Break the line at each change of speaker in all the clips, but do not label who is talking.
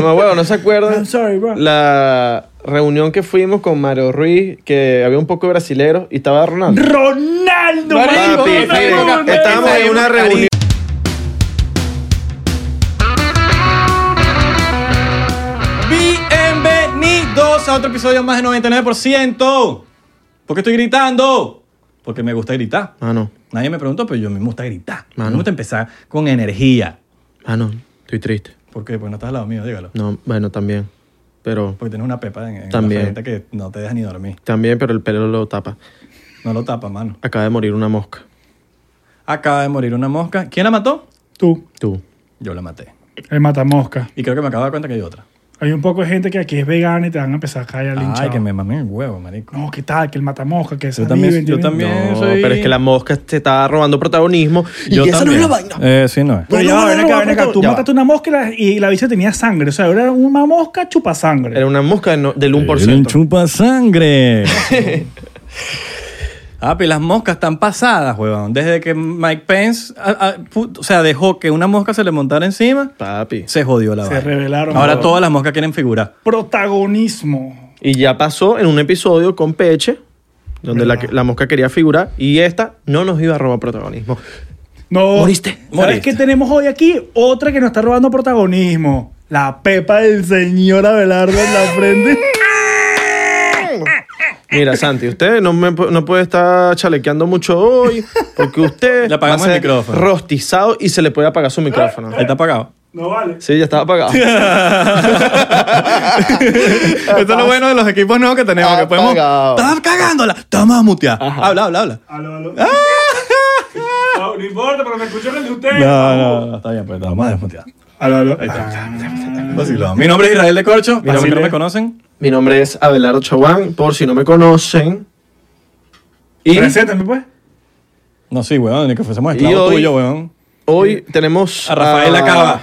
Mamá, huevo, ¿no se acuerdan?
I'm sorry, bro.
La reunión que fuimos con Mario Ruiz, que había un poco de brasileros y estaba Ronaldo.
Ronaldo,
Papi,
marico, Ronaldo,
mire,
Ronaldo.
estábamos en una reunión.
Bienvenidos a otro episodio más de 99%. ¿Por qué estoy gritando? Porque me gusta gritar.
Mano,
Nadie me preguntó, pero yo me gusta gritar.
Mano.
Me gusta empezar con energía.
mano, Ah, estoy triste.
¿Por qué? Porque pues, no estás al lado mío, dígalo.
No, bueno, también. Pero,
Porque tienes una pepa en, en
También.
la frente que no te deja ni dormir.
también, pero el pelo lo tapa.
No lo tapa, mano.
Acaba de morir una mosca.
Acaba de morir una mosca. ¿Quién la mató?
Tú,
Tú.
Yo la maté.
el matamosca.
Y creo que me acabo de dar cuenta que hay otra.
Hay un poco de gente que aquí es vegana y te van a empezar a caer al
Ay,
hinchado.
que me mamé el huevo, marico.
No, ¿qué tal? Que el matamosca, que es
Yo también- yo también-
No,
soy-
pero es que la mosca te está robando protagonismo. Eh, Y
Yo
que esa no es la
también.
vaina.
Eh, sí, no es.
Pero
No,
ya
no,
va,
no,
ven
no,
acá,
no,
ven
no,
acá. Tú
ya va.
mataste una mosca y la, y la bicha tenía sangre. O sea, era una mosca chupa sangre.
Era una mosca de no- del
El
1%.
chupa sangre. Ah, pero las moscas están pasadas, huevón. Desde que Mike Pence, a- a- pu- o sea, dejó que una mosca se le montara encima,
Papi.
se jodió la
Se
vaina.
rebelaron,
Ahora
huevón.
todas las moscas quieren figurar.
Protagonismo.
Y ya pasó en un episodio con Peche, donde la, la mosca quería figurar y esta no nos iba a robar protagonismo.
No.
Moriste,
¿Sabes
moriste.
qué tenemos hoy aquí? Otra que nos está robando protagonismo. La pepa del señor Abelardo en la frente.
Mira, Santi, usted no, me, pu- no puede estar chalequeando mucho hoy porque usted
Le apagamos
va a
el
ser
micrófono.
rostizado y se le puede apagar su micrófono.
Ahí Está apagado.
No vale.
Sí, ya estaba apagado.
Esto es lo bueno de los equipos nuevos que tenemos.
Está
que podemos.
apagado.
Estás cagándola. Estamos a mutear. Habla, habla, habla. Ah.
Aló, aló. No, no importa, pero me escuchan el de ustedes.
No, no, no, está bien, pues vamos a desmutear.
Aló, aló.
Vacilón. Mi nombre es Israel de Corcho. Para los que no
Vacilé.
me conocen,
Mi nombre es Abelardo Chauán, por si no me conocen. Y
Preséntame, pues.
no, sí, huevón, ni que fuésemos
Y
esclavos
hoy- Ah.
tuyos, huevón.
hoy tenemos
A Rafael Acaba.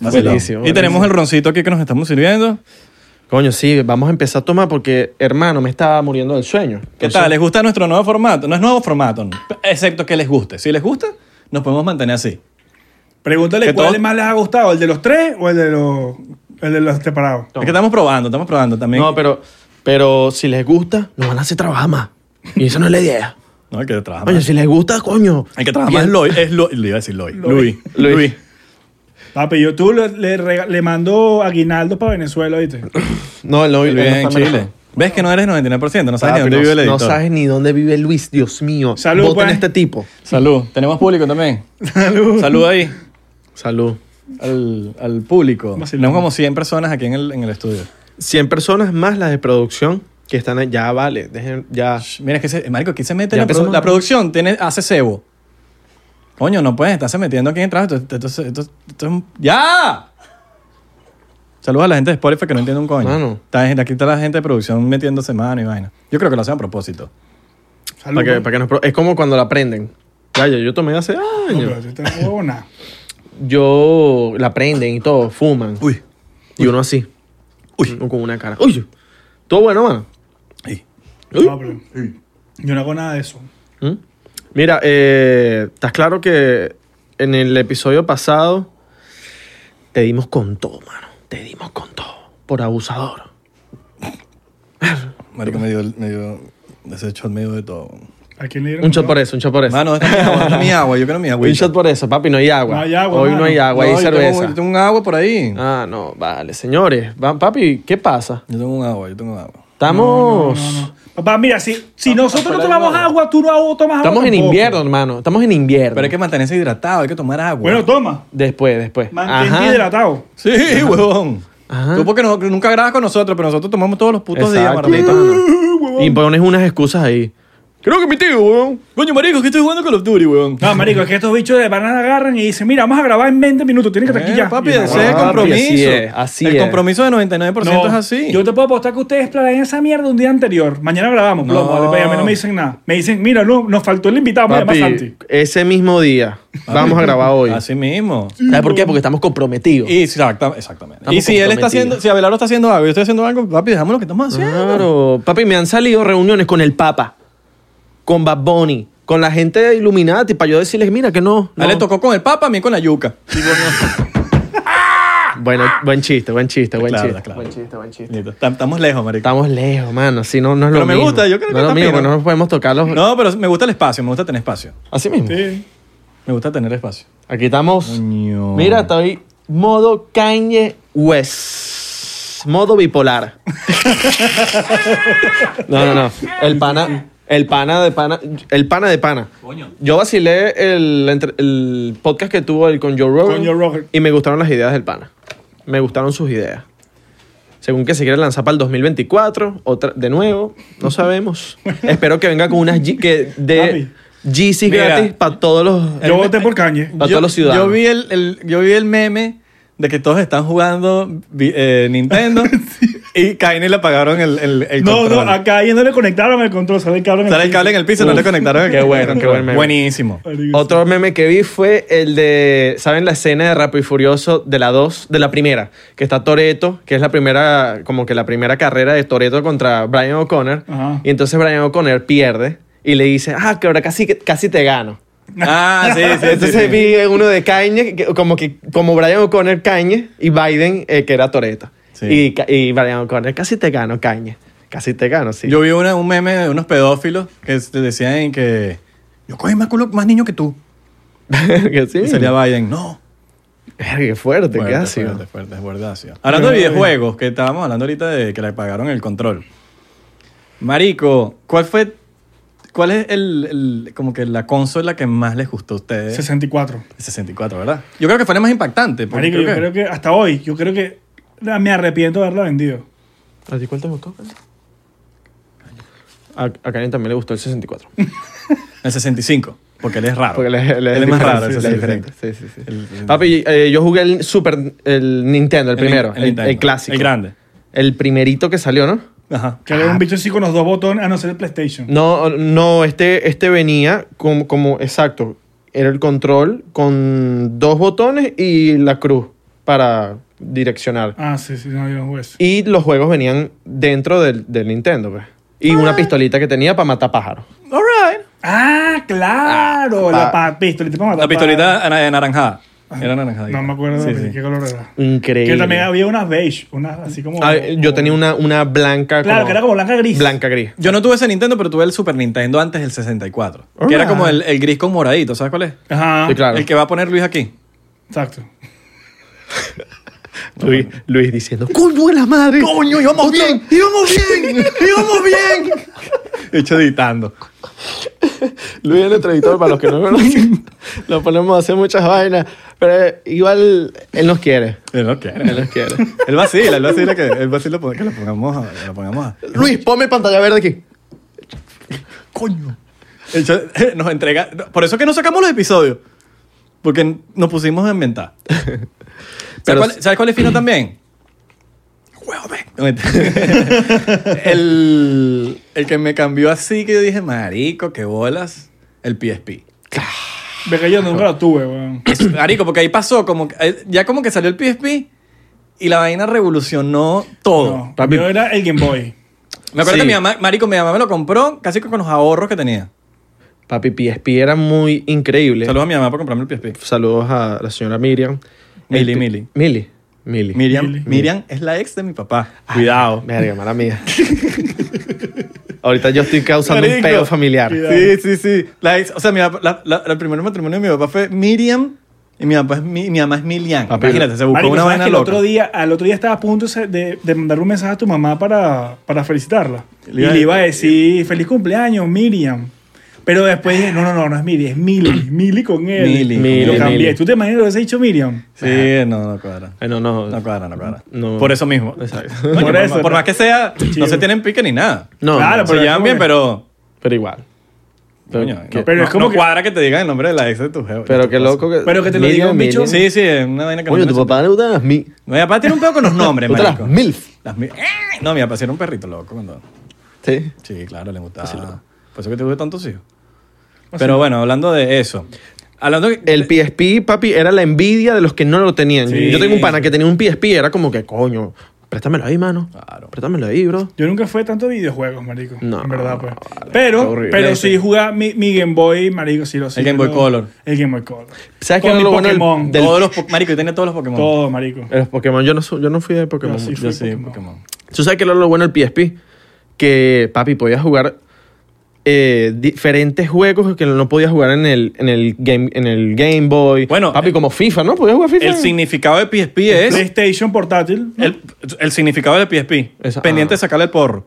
Buenísimo,
Y
buenísimo.
tenemos el roncito aquí que nos estamos sirviendo.
Coño, sí, vamos a empezar a tomar porque, hermano, me estaba muriendo del sueño.
¿Qué tal? ¿Les gusta nuestro nuevo formato? No es nuevo formato, no. excepto que les guste. Si les gusta, nos podemos mantener así.
Pregúntale
Que
cuál
todo-
más les ha gustado, el de los tres o el de los, el de los separados.
Es que estamos probando, estamos probando también.
No, pero, pero si les gusta, nos van a hacer trabajar más. Y esa no es la idea.
No, el que trabaja
Coño,
más.
si les gusta, coño.
El que trabaja más es Loy. Es Loy. Le iba a decir Loy. Luis.
Luis.
Luis.
Papi, yo tú le, le, rega- le mando aguinaldo para Venezuela, ¿viste?
No, no,
Luis en Chile. ¿Ves que no eres 99%? No sabes ni dónde Ah, vive el
no
editor.
sabes ni dónde vive Luis, Dios mío.
Salud,
Voten
pues.
este tipo.
Salud. Tenemos público también.
Salud.
Salud ahí.
Salud.
Al, al público.
Vacilón.
Tenemos como 100 personas aquí en el, en el estudio.
100 personas más las de producción que están ahí. Ya vale, dejen, ya.
Shh, Mira, es que se, Marico, aquí se mete
Ya
la, produ-
empezamos.
la producción, tiene, hace cebo. Coño, no puedes estarse metiendo aquí en el trabajo. Esto- esto- esto- esto- esto es un- ¡Ya! Saludos a la gente de Spotify que no entiende un coño.
Mano.
Está- aquí está la gente de producción metiéndose mano y vaina. Yo creo que lo hacen a propósito.
Salud.
Para que,
pues.
para que nos pro- es como cuando la aprenden. Ya, ya, yo tomé hace
No,
años.
pero tú estás huevona.
Yo la prenden y todo, fuman.
Uy.
Y uno así. Uy. Con una cara. Uy. Todo bueno, mano. Uy.
No, pero- Yo no hago nada de eso.
¿Mm? Mira, eh, estás claro que en el episodio pasado te dimos con todo, mano. Te dimos con todo. Por abusador.
Marico, me dio, me dio ese shot medio de todo.
¿A quién le dieron?
Un shot por eso, un shot por eso.
Mano, esta es mi agua, esta es mi agua. Yo quiero mi agua.
un shot por eso, papi. No hay agua.
No hay agua,
Hoy no
mano.
hay agua, hay cerveza.
Yo tengo un agua por ahí.
Ah, no, vale. Señores, va- papi, ¿qué pasa?
Yo tengo un agua, yo tengo un agua.
Estamos...
Papá, mira, si, si nosotros no
afuera
tomamos
del agua.
agua, tú no tomas agua.
Estamos en
tampoco.
invierno, hermano. Estamos en invierno.
Pero hay que mantenerse hidratado, hay que tomar agua.
Bueno, toma.
Después, después.
Mantente
Ajá.
hidratado.
Sí, huevón.
Ajá.
Tú porque no- nunca grabas con nosotros, pero nosotros tomamos todos los putos días,
Exacto,
mardito.
mano. Y pones unas excusas ahí. Creo que mi tío, weón.
Coño, marico, que estoy jugando Call of Duty, weón.
No, marico, es que estos bichos de banana agarran y dicen, mira, vamos a grabar en 20 minutos, tienes que estar aquí
Eh,
ya.
papi,
Y no,
ese es el
Papi,
compromiso.
así es, así
el
es.
compromiso de 99%
No,
es así.
Yo te puedo apostar que ustedes planean esa mierda un día anterior. Mañana grabamos,
No.
plomo. Después a mí no me dicen nada. Me dicen, mira, no, nos faltó el invitado, vamos a llamar a
Papi,
Santi.
ese mismo día vamos a grabar hoy.
Así mismo.
¿Sabes por qué? Porque estamos comprometidos.
Y, exacta- exactamente.
Estamos
Y si él está
comprometidos.
haciendo, si Abelardo está haciendo algo, yo estoy haciendo algo, papi, dejamos lo que estamos haciendo.
Claro. Papi, me han salido reuniones con el Papa, con Bad Bunny, con la gente de Illuminati, para yo decirles, mira, que no.
A
no.
él le tocó con el papa, a mí con la yuca.
Bueno, buen chiste, buen chiste, buen
Claro,
chiste.
claro.
Buen chiste, buen chiste.
Listo. Tam- Estamos lejos, marico.
Estamos lejos, mano. Si no, no es
Pero
lo
me
mismo.
gusta, yo creo que
no es lo
está
mismo,
fino.
no nos podemos tocar los...
No, pero me gusta el espacio, me gusta tener espacio.
Así mismo.
Sí.
Me gusta tener espacio.
Aquí estamos.
Coño.
Mira, estoy modo Kanye West. Modo bipolar. no, no, no. El pana, el pana de pana, el pana de pana.
Coño.
Yo vacilé el, entre- el podcast que tuvo el con Joe Rogan.
Con Joe Rogan.
Y me gustaron las ideas del pana. Me gustaron sus ideas. Según que se quiere lanzar para el 2024, otra, de nuevo, no sabemos. Espero que venga con unas G- que de
Papi.
GC
Mira.
gratis para todos los...
Yo voté por Kanye.
Para todos los ciudadanos.
Yo vi el, el- yo vi el meme de que todos están jugando vi- eh, Nintendo y Kanye le apagaron el, el, el
No, no,
control.
acá ahí no le conectaron el control, sale el cable en el
Sale el
piso.
cable en el piso, no
Uf,
le conectaron. el-
qué bueno, qué buen meme.
Buenísimo.
Marico,
Otro meme que vi fue el de, ¿saben la escena de Rápido y Furioso de la 2, de la primera? Que está Toreto, que es la primera, como que la primera carrera de Toreto contra Brian O'Connor.
Ajá.
Y entonces Brian O'Connor pierde y le dice, ah, que ahora casi, casi te gano.
Ah, sí, sí. sí,
entonces
sí.
vi uno de Kanye, que- como que como Brian O'Connor Kanye y Biden, eh, que era Toreto.
Sí.
Y, Ca- y Brian O'Connor, casi te gano, Kanye. Casi te gano, sí.
Yo vi una- un meme de unos pedófilos que s- decían que yo cogí más, culo- más niño que tú.
Que sí.
Y salía Biden. No.
Verga, Qué fuerte, qué
Fuerte,
ácido.
fuerte, fuerte, fuerte ácido. Hablando de
Ay.
videojuegos, que estábamos hablando ahorita de que le pagaron el control. Marico, ¿cuál fue, cuál es el, el- como que la consola que más les gustó a ustedes?
64.
El 64, ¿verdad? Yo creo que fue la más impactante. porque
Marico, yo creo que hasta hoy, yo creo que la- me arrepiento de haberla vendido.
¿A ti cuál te gustó? A, a Karen también le gustó el 64.
El 65, porque él es raro.
Porque le, le-
él es más
diferente,
raro,
sí,
el
le Ah, es
65.
diferente. Sí, sí, sí.
El- el-
Papi, eh, yo jugué el Super el Nintendo, el,
El-
primero,
el
el,
Nintendo,
el clásico.
el grande.
El primerito que salió, ¿no?
Ajá.
Que era un bicho así con los dos botones, a no ser el PlayStation.
No, no, este, este venía como, como, exacto, era el control con dos botones y la cruz para direccionar.
Ah, sí, sí, no, yo no jugué eso.
Y los juegos venían dentro del, del Nintendo, pues. Y una pistolita que tenía para matar pájaros.
All right.
Ah, claro, la pa- pistolita para matar
La pistolita ana- anaranjada. Era
pa-
anaranjada.
No me acuerdo
Sí,
de
sí.
qué color era.
Increíble.
Que también había unas beige, unas así como.
Ah, yo tenía una, una blanca.
Claro, que era como blanca gris.
Blanca gris.
Yo no tuve ese Nintendo, pero tuve el Super Nintendo antes del 64. Que era
Alright.
como el, el gris con moradito, ¿sabes cuál es?
Ajá.
Sí, claro.
El que va a poner Luis aquí.
Exacto.
Luis, Luis diciendo, ¡Coño de la madre!
¡Coño, íbamos bien! ¡Íbamos bien! ¡Íbamos bien! Hecho editando.
Luis es nuestro editor, para los que no lo conocen. Lo ponemos a hacer muchas vainas. Pero igual, él nos quiere.
Él no quiere.
Él nos quiere.
Él vacila, él vacila que, él vacila que lo pongamos a... que lo pongamos a-
Luis, ponme pantalla verde aquí.
¡Coño! Hecho, nos entrega... Por eso que no sacamos los episodios. Porque nos pusimos a inventar.
Pero-
¿Sabes, cuál, sabes cuál es fino también? Huevo, men. el, el que me cambió así que yo dije, marico, qué bolas, el PSP.
Ve que yo nunca lo tuve, weón.
Eso, Marico, porque ahí pasó, como que- eh, ya como que salió el PSP y la vaina revolucionó todo.
No,
papi.
yo era el Game Boy.
Me acuerdo
Sí.
que mi mamá, Marico, mi mamá me lo compró casi que con los ahorros que tenía.
Papi, PSP era muy increíble.
Saludos a mi mamá por comprarme el PSP.
Saludos a la señora Miriam.
Mili,
Este-
Mili.
Mili. Mili.
Miriam,
Mili. Ah.
Miriam es la ex de mi papá. Cuidado.
Verga, mala mía. Ahorita yo estoy causando un
Marico.
pedo familiar.
Sí, sí, sí. La ex- o sea, mi papá- la- la- el primer matrimonio de mi papá fue Miriam y mi, papá es, mi, mi mamá es Milian.
Papi.
Imagínate, se buscó
Marico,
una
¿sabes
vaina
que el
loca.
otro día, al otro día estaba a punto se- de, de mandar un mensaje a tu mamá para, para felicitarla.
Le
y
iba a-
le iba a decir, feliz cumpleaños, Miriam. Pero después dije, no, no, no, no es Miri, es Mili. Mili con él.
Mili.
Mili,
Lo cambié.
Mili.
¿Tú te imaginas lo que hubiese dicho Miriam?
Sí, no, no cuadra.
Ay, no, no.
No cuadra, no cuadra.
No.
Por eso mismo.
Exacto.
Coño,
Por
por,
eso,
más- por
¿no?
más que sea, no
Chido.
se tienen pique ni nada.
No,
Claro,
no,
se
pero es
llevan
como
bien,
que-
pero.
pero igual.
Coño,
que-
no,
pero
no-
es como
no
que-
cuadra que te digan el nombre de la ex de tu jefe.
Pero qué loco que.
Pero que te lo diga un bicho.
Sí.
Sí, sí, es una vaina que
Oye,
no
tu
me-
papá deuda es mi.
No, mi papá tiene un pedo con los nombres,
Tú te las
marico.
MILF.
Las mil- ¡Eh! No, mi papá sí era un perrito loco. cuando-
Sí.
Sí, claro, le gustaba. Por eso que tuve tantos hijos.
Así.
Pero bueno, hablando de eso. Hablando de-
El PSP, papi, era la envidia de los que no lo tenían.
Sí.
Yo tengo un pana que tenía un PSP, era como que, coño, préstamelo ahí, mano.
Claro.
Préstamelo ahí, bro.
Yo nunca fui tanto de videojuegos, marico.
No,
En verdad, pues.
vale, qué
pero,
horrible.
pero sí jugaba mi, mi Game Boy, marico, sí lo sí,
Game Boy
lo-
Color.
El Game Boy Color.
¿Sabes
Con
qué era
mi
lo bueno del-
Pokémon,
del-
Todos los po- Marico, yo tenía todos los Pokémon.
Todo, marico.
En los Pokémon, yo no, su- yo no fui de Pokémon.
Yo sí
mucho.
Yo
fui
sí,
Pokémon.
Pokémon.
¿Tú sabes qué era lo bueno del PSP? Que, papi, podías jugar eh, diferentes juegos que no podías jugar en el, en el, game, en el Game Boy.
Bueno,
papi,
eh,
como FIFA, ¿no? Podías jugar FIFA.
El significado de PSP es.
PlayStation portátil. ¿no?
El, el significado del PSP.
Esa- ah.
Pendiente de sacarle el porro.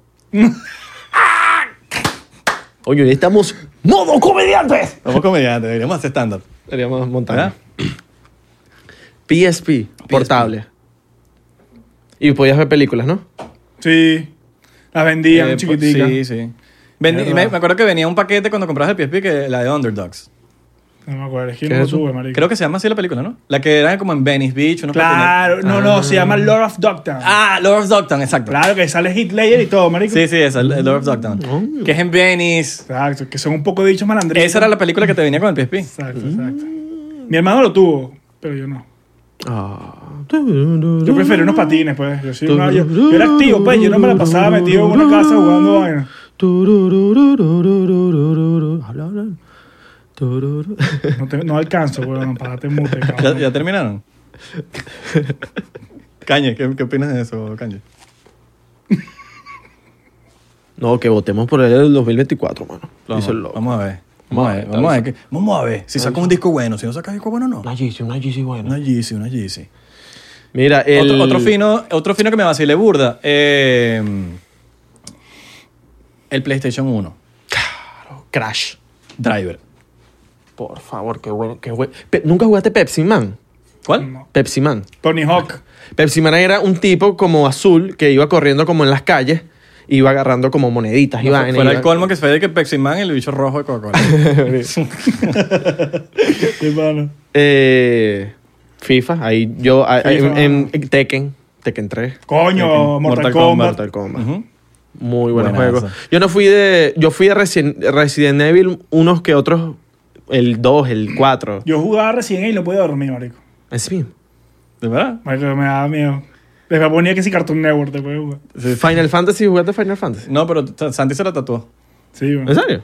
Oye, hoy estamos modo comediantes.
Somos comediantes, deberíamos hacer stand-up.
Deberíamos montar.
¿Verdad?
PSP, portable. Y podías ver películas, ¿no?
Sí. Las vendían
Eh,
pues,
po-
chiquiticas.
Sí, sí. Veni-
Mierda.
me, me acuerdo que venía un paquete cuando comprabas el PSP, que la de Underdogs.
No me acuerdo. Es que
¿Qué
no
es eso?
lo tuve, marico.
Creo que se llama así la película, ¿no? La que era como en Venice Beach. unos
Claro.
patinetes.
No,
Ah.
no. Se llama Lord of Dogtown.
Ah, Lord of Dogtown, exacto.
Claro, que sale Hitler y todo, marico.
Sí, sí, esa, el- el Lord of Dogtown. Que es en Venice.
Exacto. Que son un poco dichos malandritos.
Esa era la película que te venía con el PSP.
Exacto,
Mm.
exacto. Mi hermano lo tuvo, pero yo no.
Ah.
Yo preferí unos patines, pues. Yo, sí, una- yo- yo era activo, pues. Yo no me la pasaba metido en una casa jugando vaina.
Habla, habla. Tururú.
No, te- no alcanzo, weón. Párate mute,
¿Ya,
cabrón.
ya terminaron? Cañe, ¿qué, qué opinas de eso, Cañe?
No, que votemos por el 2024, mano. Dice el loco.
vamos a ver. Vamos a ver, vamos a ver. que- Vamos a ver. Si saca un disco bueno, si no saca disco bueno, no.
Una Yeezy, una Yeezy buena.
Una Yeezy, una Yeezy.
Mira, el...
Otro, otro fino, otro fino que me vacile burda. eh, el PlayStation 1.
Crash.
Driver.
Por favor, qué bueno, qué bueno. Pe- ¿Nunca jugaste Pepsi Man?
¿Cuál?
No.
Pepsi Man.
Tony Hawk.
Pepsi Man era un tipo como azul que iba corriendo como en las calles, iba agarrando como moneditas y
No,
vainas,
fue- fuera
iba-
el colmo que fue de que Pepsi Man y el bicho rojo de Coca-Cola.
Qué pana.
Eh, FIFA, ahí yo, a- a-
FIFA.
En, en Tekken, Tekken 3.
Coño, Mortal,
Mortal
Kombat.
Mortal Kombat.
Ujú.
Muy buenos
Buenazo.
juegos. Yo no fui de. Yo fui de Resident, Resident Evil unos que otros. El 2, el 4.
Yo jugaba recién y no podía dormir, marico.
Así mismo.
¿De verdad?
Marico, me daba miedo. Les ponía que si Cartoon Network te puede jugar.
Final Fantasy, jugaste Final Fantasy.
No, pero t- Santi se la tatuó.
Sí,
¿En
bueno.
serio?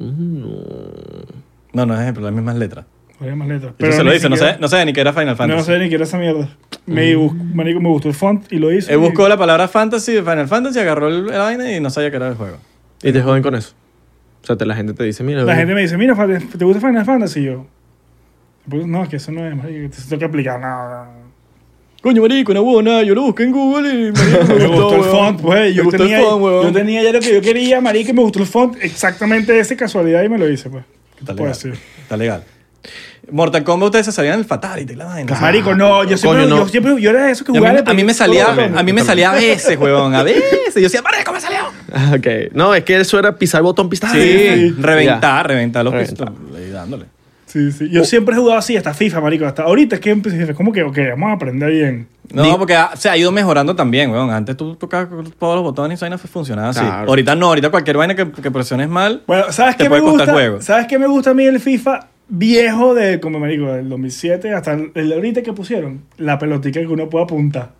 Mm,
No, no es ejemplo, las mismas letras.
Podía más letras.
Pero se lo
ni
dice, no
siquiera-
sé, no sé ni que era Final Fantasy.
No sé ni qué era esa mierda. Me, bus- marico, me gustó el font y lo hice.
Él Eh, buscó la palabra fantasy de Final Fantasy, agarró el- la vaina y no sabía que era el juego.
Y te joden con eso. O sea, te- la gente te dice, mira.
La
oye,
gente me dice, mira, Fate, ¿te gusta Final Fantasy? Y yo, pues, no, es que eso no es, marico, te tengo que aplicar nada.
Coño, marico, una buena, yo lo busqué en Google y marico,
Me gustó el font, pues. Yo,
Me gustó el
tenía-
font, weón.
yo tenía ya lo que yo quería, marico, y me gustó el font exactamente ese casualidad y me lo hice, pues.
Está legal.
Pues sí.
Está legal. Mortal Kombat, ustedes se salían el Fatality, la vaina.
Marico, no, yo siempre,
Coño, no.
yo siempre, yo era de esos
Ah, A
que
mí,
jugaba.
a mí me salía,
también,
a mí me
también.
salía a veces, weón, a veces. Yo decía, marico, me salió.
Ah, Ok. No, es que eso era pisar botón, pisar.
Sí,
sí.
reventar, reventar los
Reventar.
pistolas, ahí dándole.
Sí, sí.
Oh.
Yo siempre he jugado así, hasta FIFA, marico, hasta ahorita es que empecé, como que, ok, vamos a aprender bien.
No,
Ni-
porque ah, se ha ido mejorando también, weón. Antes tú tocabas con todos los botones y esa vaina funcionaba así.
Claro.
Ahorita no, ahorita cualquier vaina que, que presiones mal.
Bueno, ¿sabes
Te
qué me
puede costar
gusta?
juego.
¿Sabes qué me gusta a mí el FIFA viejo de, como me digo, del 2007 hasta el, el ahorita que pusieron? La pelotica que uno puede apuntar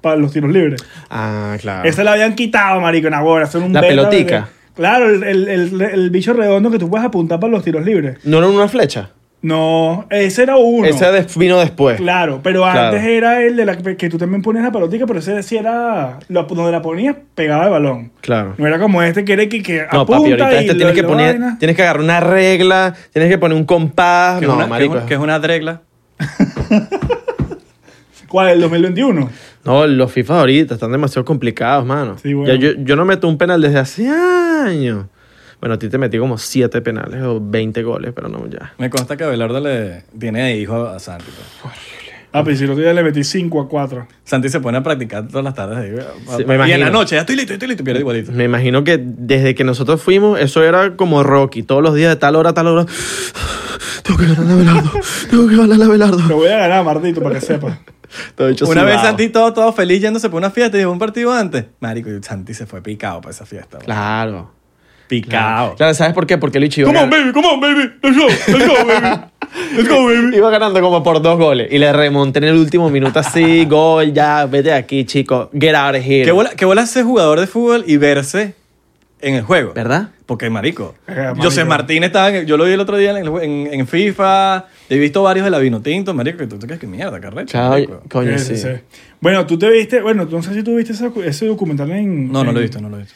para los tiros libres.
Ah, claro.
Esa la habían quitado, marico, en ahora. Son un
La
beta,
pelotica.
bebé. Claro, el, el- el- el bicho redondo que tú puedes apuntar para los tiros libres.
¿No era una flecha?
No, ese era uno.
Esa des- vino después.
Claro, pero
Claro.
antes era el de la que que tú también pones la pelotica, pero ese sí era lo- donde la ponías pegaba el balón.
Claro.
No era como este que era que, que
No, papi,
apunta
ahorita
y
este
lo-
tienes que
la
poner,
vaina.
tienes que agarrar una regla, tienes que poner un compás.
Que,
no,
es una, que, es
marico.
una- que es una regla.
¿Cuál? ¿El 2021?
No, los FIFA ahorita están demasiado complicados, mano.
Sí, bueno.
Ya yo, yo no meto un penal desde hace años. Bueno, a ti te metí como 7 penales o 20 goles, pero no, ya.
Me consta que Abelardo le tiene de hijo a Santi. pues.
Ah, pero si lo día le metí 5 a 4.
Santi se pone a practicar todas las tardes. ahí,
Sí, me
y en
imagino.
la noche, ya estoy listo, ya estoy listo, pierde igualito.
Me imagino que desde que nosotros fuimos, eso era como Rocky. Todos los días de tal hora a tal hora. Tengo que ganar a Abelardo. Tengo que ganar a
Lo
Abelardo.
voy a ganar, Mardito, para que sepa.
Todo hecho
una vez
sudado.
Santi todo, todo feliz yéndose por una fiesta y llegó un partido antes. Marico, y Santi se fue picado para esa fiesta. weón.
Claro.
Picado.
Claro, ¿sabes por qué? Porque Luis iba a
Come on,
ganar-
baby, come on, baby. Let's go, let's go, baby.
Let's go, baby.
Iba ganando como por dos goles y le remonté en el último minuto así, gol, ya, vete de aquí, chico, get out of here.
¿Qué bola, qué bola ser jugador de fútbol y verse en el juego?
¿Verdad?
Porque, marico,
Eh,
José
marico. Martín
Martín estaba en- yo lo vi el otro día en, el jue- en- en FIFA, he visto varios de la Vinotinto, marico, que tú te crees que mierda, carrecho.
Chao, coño, sí.
Sí, sí, sí. Bueno, tú te viste, bueno, tú no sé si tú viste ese, ese documental en...
No, no lo he
en-
visto, no lo he visto.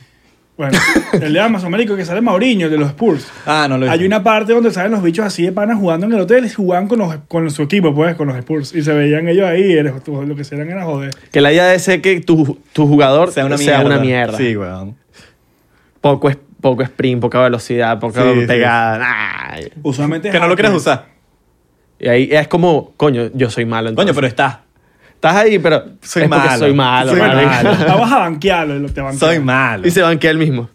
Bueno, el de Amazon, marico, que sale Mauriño, el de los Spurs.
Ah, no lo he visto.
Hay una parte donde salen los bichos así de panas jugando en el hotel y jugaban con, los, con su equipo, pues, con los Spurs. Y se veían ellos ahí, eres, lo que hacían era joder.
Que la idea de ser que tu, tu jugador sea una mierda.
Sí, weón.
Poco, es- poco sprint, poca velocidad, poca
Sí, sí.
pegada. ay.
Usualmente.
Que no lo quieras usar.
Y ahí es como, coño, yo soy malo.
Coño,
entonces.
pero está.
Estás ahí, pero
Soy
es porque
malo.
soy malo.
Soy
marico.
malo.
Vamos a banquearlo, lo- te banquean.
Soy malo.
Y se banquea él mismo.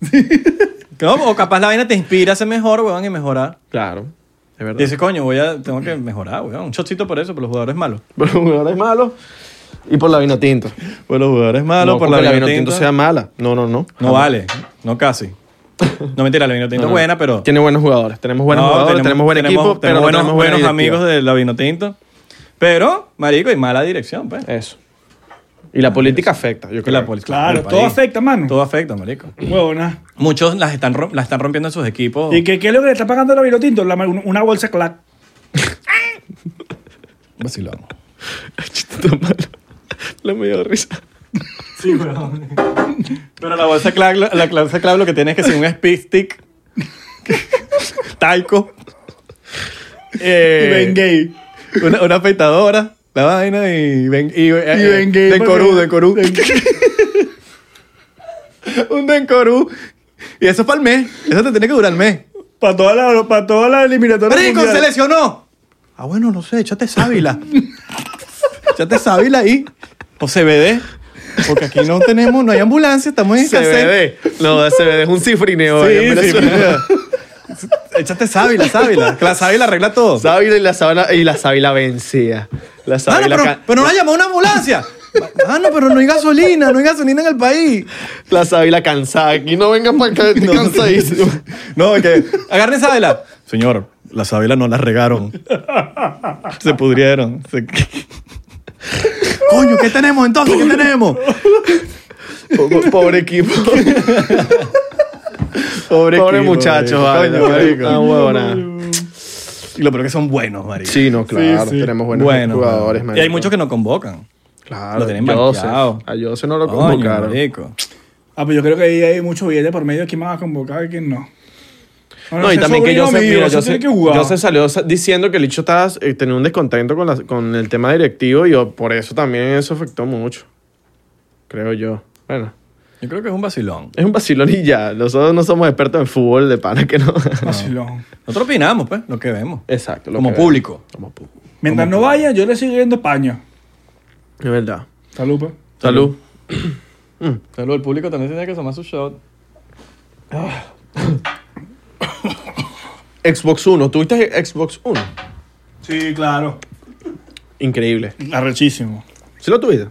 No, o capaz la vaina te inspira a ser mejor, weón, y mejorar.
Claro, es
Y
verdad.
dices, coño, voy a, tengo que mejorar, weón. Un chocito por eso, por los jugadores malos.
Por los jugadores malos y por la vino tinto.
Por los jugadores malos,
no,
por
porque
la,
la
vino
vino tinto sea mala. No, no, no.
No vale, no casi. No mentira, la Vinotinto
No,
es
no.
buena, pero...
Tiene buenos jugadores. Tenemos buenos
No,
jugadores, tenemos, buen
tenemos-
equipo, pero
tenemos
no
buenos,
tenemos buena
buenos
directiva.
amigos de la Vinotinto. Pero, marico, y mala dirección, pues.
Eso. Y la política afecta, yo creo.
Que la pol-
Claro,
el
todo
país.
afecta, mano.
Todo afecta, marico.
Huevona.
Muchos las están, rom- las están rompiendo en sus equipos.
¿Y qué, qué es lo que le está pagando la Virotinto? La, un- una bolsa clac.
Vacilón.
Chiste tan malo. La me dio risa.
Sí, weón.
Pero la bolsa clave, la bolsa clave lo que tiene es que ser un speed stick. Talco.
Y ven
Eh,
gay.
una, una afeitadora. La vaina y ven, y, eh,
Y ven gay,
eh, Dencorú,
porque-
Dencorú. un Dencorú. Y eso es para el mes. Eso te tiene que durar el mes.
Para toda la, para toda la eliminatoria.
¡Marico,
mundial.
se lesionó! Ah, bueno, no sé, échate sábila. échate sábila ahí. O CBD. Porque aquí no tenemos, no hay ambulancia, estamos en escasez.
CBD. No, CBD es un cifrineo. ahí en
Sí, sí,
Venezuela.
mira. Échate sábila, sábila. Que la sábila arregla todo.
Sábila y la sábila, y la sábila vencía. La
Mano,
sábila,
pero,
ca-
pero no ha llamado una ambulancia. Mano, pero no hay gasolina, no hay gasolina en el país.
la sábila cansada. Aquí no vengan para acá, estoy cansadísimo.
No, es que agarren sábila. Señor, las sábila no las regaron. Se pudrieron. Se- Coño, ¿qué tenemos entonces? ¿Qué tenemos?
Po- Pobre equipo. Pobre, eh.
equipo,
muchacho, vale.
marico. Coño,
no,
marico.
no, huevona.
Y lo peor que son buenos, marico.
Sí, no, claro.
Sí, sí.
Tenemos buenos
Bueno,
jugadores,
Y hay muchos que no convocan.
Claro,
lo tienen
Joseph.
banqueado.
A Joseph no lo
Coño,
convocaron.
marico.
Ah, pues yo creo que ahí hay mucho billete por medio. ¿Quién más va a convocar y quién no? Bueno,
No, y
ese
también que
sobrino
Joseph,
mío,
mira,
ese
Joseph,
tiene que jugar.
Joseph salió sa- diciendo que el Licho estaba, eh, tenía un descontento con, la- con el tema directivo y oh, por eso también eso afectó mucho. Creo yo. Bueno,
Yo creo que es un vacilón.
es un vacilón y ya. Nosotros no somos expertos en fútbol de pana que no.
Vacilón.
Nosotros opinamos, pues, lo que vemos.
Exacto. lo
Como
que-
público.
Como público.
Mientras no vaya, yo le sigo yendo paño.
Es verdad.
Salud, pues.
Salud.
Pero el público también tiene que tomar su shot.
Xbox One. ¿Tuviste Xbox One?
Sí, claro.
Increíble.
Arrechísimo.
¿Sí lo tuviste?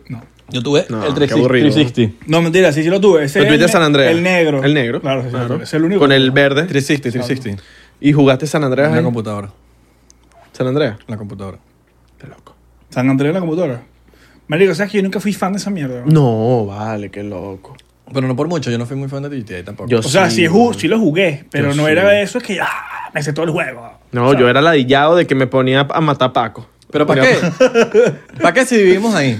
Yo tuve
No,
el
qué aburrido.
360.
No, mentira, sí, sí lo tuve. Ese
Lo
es
tuviste
el-
San Andreas.
El negro.
El negro.
Claro, sí, sí, lo
Claro.
tuve. es el único.
Con el verde.
360, 360.
Y jugaste San Andreas.
En la
ahí?
computadora.
San Andreas.
En la computadora.
Qué loco.
San Andreas en la computadora. Marico, ¿sabes que yo nunca fui fan de esa mierda? bro?
No, vale, qué loco.
Pero no por mucho, yo no fui muy fan de GTA tampoco.
Yo
O sea, sí, ju- sí lo jugué, pero
Yo
no
sí.
era de eso, es que ah, me sé todo el juego.
No, yo era ladillado de que me ponía a matar a Paco.
¿Pero para
Ponía-
qué? ¿Para qué si vivimos ahí?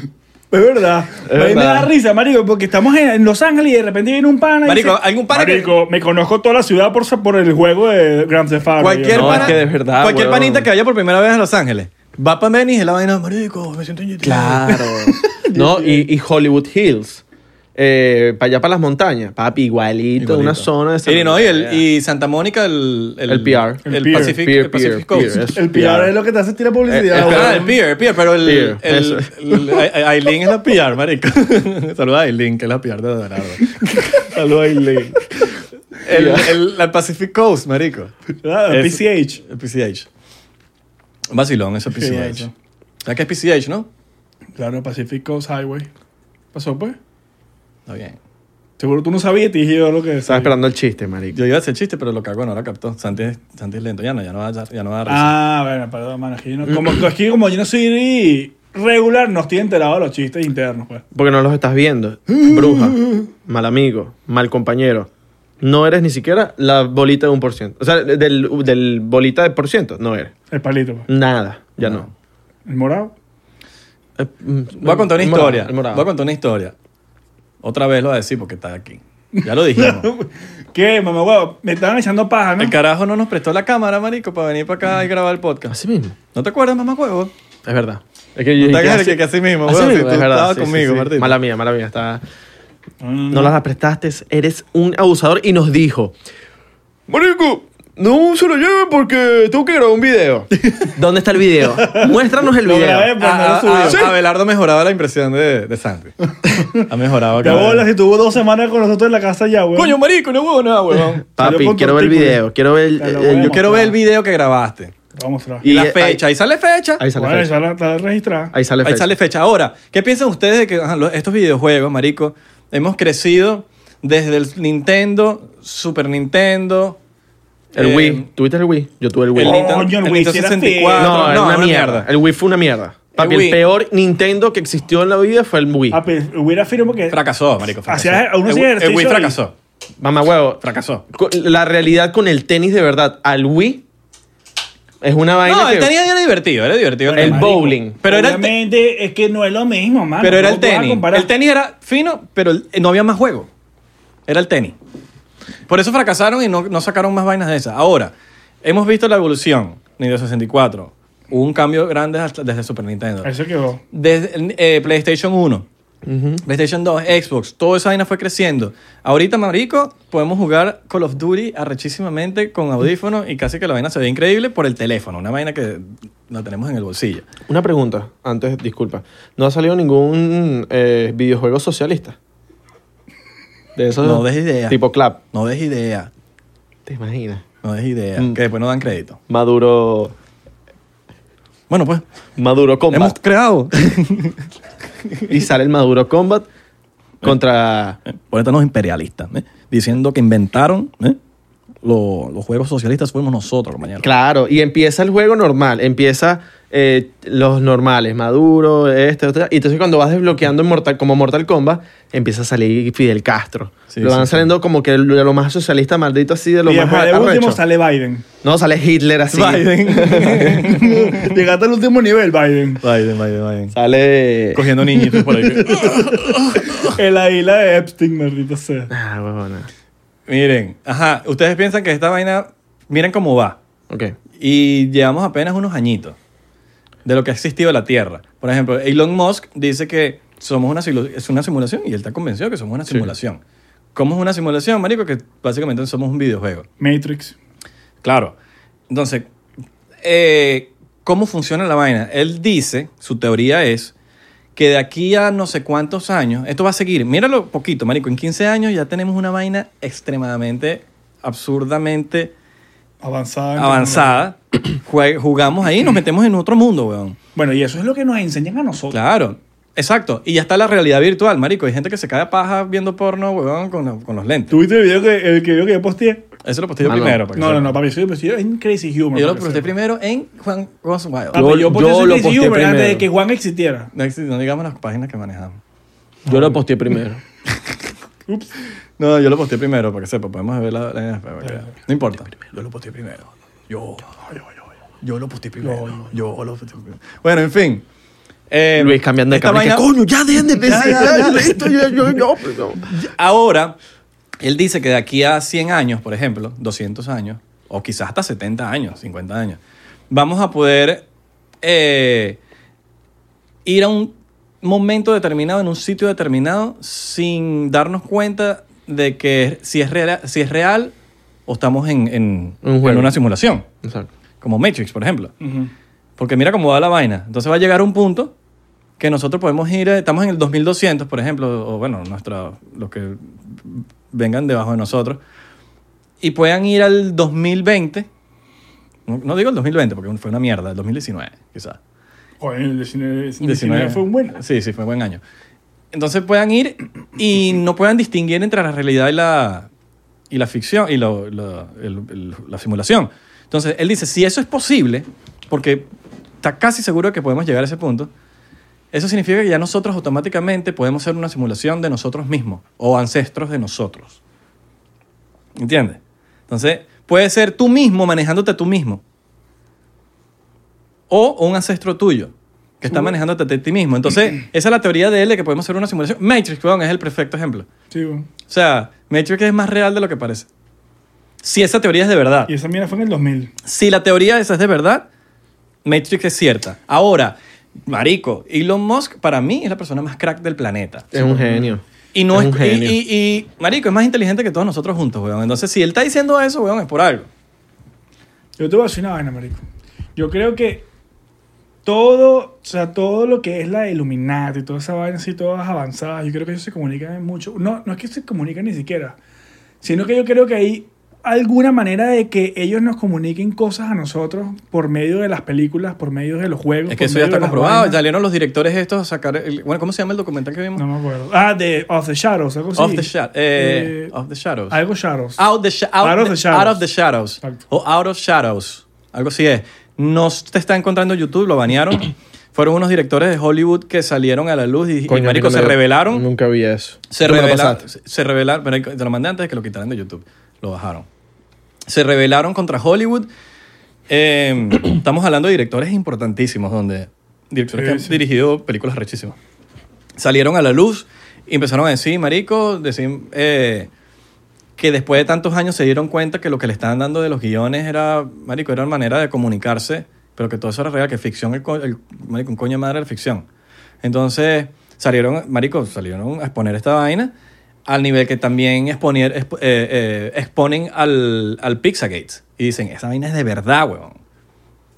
Es verdad. A mí me
verdad.
da risa, marico, porque estamos en, en Los Ángeles y de repente viene un pana y
Marico,
dice,
algún pana que-
Marico, me conozco toda la ciudad por, sa- por el juego de Grand Theft Auto.
Cualquier,
No, es
pana-
que de verdad,
cualquier
weón.
panita que vaya por primera vez a Los Ángeles. Va para Venice y la vaina, marico, me siento en GTA.
Claro. no, y, y Hollywood Hills. Eh, para allá, para las montañas. Papi, igualito,
Igualito.
una zona de San
Y, no, y, el-
Andreas.
y Santa Mónica, el,
El PR.
El,
El PR,
Pacific,
PR,
el Pacific
PR,
Coast.
PR,
El PR es lo que te hace tirar publicidad.
Eh, eh,
bro.
Ah, el PR, PR, pero el,
PR,
el-
eso.
el- A- A- Aileen es la PR, marico. Saluda a Aileen, que es la PR de Dorado.
Saluda a Aileen.
El, el, la Pacific Coast, marico.
Ah, el
Es-
PCH.
El PCH. Un Vacilón, eso es
Sí,
PCH.
eso.
¿Sabes qué es PCH, no?
Claro, Pacific Coast Highway. ¿Pasó, pues?
Está bien.
Seguro tú no sabías y te dije yo lo que
Estaba
sabía.
esperando el chiste, marico.
Yo iba a hacer chiste, pero lo cago, no la captó. Santi, es- Santi es lento, ya no, ya no va, a- ya no va a risa.
Ah, bueno, perdón, mano. es que yo no- como, es que como yo no soy regular, no estoy enterado de los chistes internos, pues.
Porque no los estás viendo. Bruja, mal amigo, mal compañero. No eres ni siquiera la bolita de un por ciento. O sea, del, del bolita de por ciento, no eres.
El palito, pues.
Nada, ya no.
El morado.
Eh, mm,
Voy a contar una
el morado,
historia.
el morado.
Voy a contar una historia. Otra vez lo voy a decir porque está aquí. Ya lo dijimos.
¿Qué, mamá, huevo? Me estaban echando paja, ¿no?
El carajo no nos prestó la cámara, marico, para venir para acá y grabar el podcast.
Así mismo.
¿No te acuerdas, mamá huevo?
Es verdad. Es que yo
No te
dije
hagas que- que así mismo,
así
weón, si
mismo,
tú
es verdad,
estabas
sí, sí,
conmigo,
sí.
Martín.
Mala mía, mala mía. Estaba...
Mm.
No las prestaste, eres un abusador y nos dijo, Marico, no se lo lleven porque tengo que grabar un video. ¿Dónde está el video? Muéstranos el
Lo
video.
grabé,
A- a-
no lo
a-
subió.
Ah, Abelardo mejoraba la impresión de, de Santi. Ha mejorado.
Te
cada vez.
bolas y tuvo dos semanas con nosotros en la casa ya, güey.
Coño, marico, no huevo nada, huevón.
Salió
Papi,
con
quiero ver el
tortícolis.
video, quiero ver... el-
Te lo
el-
voy a
Yo
yo-
quiero ver el video que grabaste.
Te voy a mostrar.
Y,
Y
la
ahí-
fecha. Ahí, sale fecha.
Ahí sale
Bueno,
fecha.
ya la, está registrada.
Ahí sale
Ahí
fecha.
sale fecha. Ahora, ¿qué piensan ustedes de que ajá, los- estos videojuegos, marico, hemos crecido desde el Nintendo, Super Nintendo,
El
eh,
Wii. ¿Tuviste el Wii? Yo tuve el Wii.
el
Coño,
Nintendo,
el
el
Wii,
Nintendo
si era
64?
no, era una, mierda. El Wii fue una mierda. Papi, el,
Wii.
peor Nintendo que existió en la vida fue el Wii.
Ah, pero hubiera firmo que.
Fracasó, marico. Fracasó.
Hacía- uno
el,
hacía
Wii- el
ejercicio
Wii
y-
fracasó.
Mamá huevo.
Fracasó.
Co- La realidad con el tenis de verdad al Wii es una vaina
No,
que...
el tenis era divertido, era divertido.
El
Marico.
bowling.
Pero era el, te-
Obviamente, es que Ah, no es lo mismo, mano.
pero era
¿Cómo
el
tú vas a
tenis.
comparar?
El tenis era fino, pero el- no había más juego. Era el tenis. Por eso fracasaron y no, no sacaron más vainas de esas. Ahora, hemos visto la evolución. Nintendo 64. Hubo un cambio grande hasta- desde Super Nintendo.
Eso quedó.
Desde eh, PlayStation 1, PlayStation 2, Xbox, toda esa vaina fue creciendo. Ahorita, marico, podemos jugar Call of Duty arrechísimamente con audífonos y casi que la vaina se ve increíble por el teléfono. Una vaina que la tenemos en el bolsillo.
Una pregunta, antes, disculpa. ¿No ha salido ningún eh, videojuego socialista? De esos.
No des idea.
Tipo Clap.
No des idea.
¿Te imaginas?
No des idea.
Mm.
Que después no dan crédito.
Maduro.
Bueno, pues.
Maduro
Hemos
Combat.
creado.
y sale el Maduro Combat contra.
Eh, Ahorita los imperialistas. ¿eh? Diciendo que inventaron ¿eh? Lo- los juegos socialistas fuimos nosotros mañana.
Claro, y empieza el juego normal. Empieza eh, los normales, Maduro, este, otro. Y entonces cuando vas desbloqueando en Mortal, como Mortal Kombat, empieza a salir Fidel Castro.
Sí,
lo
sí,
van
sí.
saliendo como que de lo más socialista, maldito así, de lo
y
más.
después de
arrecho.
último sale Biden.
No, sale Hitler así.
Biden.
Llegaste al último nivel, Biden.
Biden, Biden, Biden.
Sale.
Cogiendo niñitos por ahí.
En la isla de Epstein, maldito sea.
Ah, huevona.
Miren, ajá, ustedes piensan que esta vaina, miren cómo va.
Ok.
Y llevamos apenas unos añitos de lo que ha existido la Tierra. Por ejemplo, Elon Musk dice que somos una, silu- es una simulación y él está convencido que somos una simulación. ¿Cómo es una simulación, marico? Que básicamente somos un videojuego.
Matrix.
Claro. Entonces, eh, ¿cómo funciona la vaina? Él dice, su teoría es que de aquí a no sé cuántos años, esto va a seguir. Míralo poquito, marico. En 15 años ya tenemos una vaina extremadamente, absurdamente
Avanzada.
avanzada. Jue- Jugamos ahí y nos metemos en otro mundo, weón.
Bueno, y eso es lo que nos enseñan a nosotros.
Claro. Exacto. Y ya está la realidad virtual, marico. Hay gente que se cae a paja viendo porno, weón, con, la- con los lentes.
¿Tuviste el video que, el que, video que yo posteé?
Eso lo posté yo
Mano.
primero. para que
No,
sepa.
no, no, papi, pues yo lo posteé en Crazy Humor.
Yo lo
para que
posté
sepa.
primero en Juan Goes Wild.
Papi,
Yo-
Ah, pues yo, posteé
yo
eso en
lo
Crazy
posteé
Humor antes de
primero.
que Juan existiera.
No, exi- no digamos las páginas que manejamos.
Yo lo posteé primero.
Ups.
No, yo lo posteé primero para que sepa. Podemos ver la. la- la- para que- no importa. Eh, Yo lo posté primero. Yo. Yo lo posté primero. Yo lo posté primero. Bueno, en fin. Eh,
Luis cambiando de
esta
cámara. y que,
vaina-
Coño, ya dejen de pensar.
Ya, ya, ya.
esto, yo, yo, yo, pues, pero-
Ahora, él dice que de aquí a 100 años, por ejemplo, 200 años, o quizás hasta 70 años, 50 años, vamos a poder eh, ir a un momento determinado, en un sitio determinado, sin darnos cuenta de que si es real, si es real o estamos en, en-
Un juego.
en una simulación,
Exacto.
como Matrix, por ejemplo.
Ujú.
Porque mira cómo va la vaina. Entonces va a llegar un punto que nosotros podemos ir, eh, estamos en el 2200, por ejemplo, o bueno, nuestra, los que vengan debajo de nosotros, y puedan ir al 2020. No, no digo el 2020 porque fue una mierda, el 2019 quizás.
Coño, el 19, 19 fue un bueno.
Sí, sí, fue un buen año. entonces puedan ir y no puedan distinguir entre la realidad y la, y la ficción y lo- lo- el- el- la simulación. Entonces, él dice, si eso es posible, porque está casi seguro que podemos llegar a ese punto, eso significa que ya nosotros automáticamente podemos ser una simulación de nosotros mismos o ancestros de nosotros. ¿Entiendes? Entonces, puede ser tú mismo manejándote a tú mismo o un ancestro tuyo que está manejándote a ti mismo. Entonces, esa es la teoría de él de que podemos ser una simulación. Matrix, weón, es el perfecto ejemplo.
Sí, weón.
O sea, Matrix es más real de lo que parece. Si esa teoría es de verdad.
Y esa mierda fue en el 2000.
Si la teoría esa es de verdad, Matrix es cierta. Ahora, marico, Elon Musk para mí es la persona más crack del planeta.
Es un genio.
Y no
Es
es,
un
y-
genio.
Y, y, marico, es más inteligente que todos nosotros juntos, weón. Entonces, si él está diciendo eso, weón, es por algo.
Yo te voy a decir una vaina, marico. Yo creo que todo, o sea, todo lo que es la Illuminati, toda esa vaina así, todas avanzadas, yo creo que ellos se comunican en mucho. No, no es que se comunican ni siquiera, sino que yo creo que hay alguna manera de que ellos nos comuniquen cosas a nosotros por medio de las películas, por medio de los juegos.
Es que
por
eso ya
medio
está
de las
comprobado.
vainas.
Ya salieron los directores estos a sacar... el- bueno, ¿cómo se llama el documental que vimos?
No me acuerdo. Ah, de Of the Shadows, algo así.
Off the Shadows. Ah, Eh,
Eh,
Off the Shadows.
Algo Shadows.
Out, the sha- out,
Out of
the-
the shadows.
out of the shadows.
Exacto.
O out of shadows. Algo así es. No te está encontrando YouTube, lo banearon. Fueron unos directores de Hollywood que salieron a la luz y, y,
Coño,
marico,
a mí no
se
me-
revelaron.
Nunca vi eso.
Se
Tú me lo
revelaron.
pasaste.
Se revelaron. Pero te lo mandé antes de que lo quitaran de YouTube. Lo bajaron. Se rebelaron contra Hollywood. Eh, estamos hablando de directores importantísimos, donde directores que han
Sí, sí.
dirigido películas rechísimas. Salieron a la luz y empezaron a decir, marico, decir eh, que después de tantos años se dieron cuenta que lo que le estaban dando de los guiones era, marico, era una manera de comunicarse, pero que todo eso era real, que ficción, el, co- el- marico, un coño de madre era ficción. Entonces salieron, marico, salieron a exponer esta vaina al nivel que también exponer, exp- eh, eh, exponen al, al Pizzagate. Y dicen, esa vaina es de verdad, weón.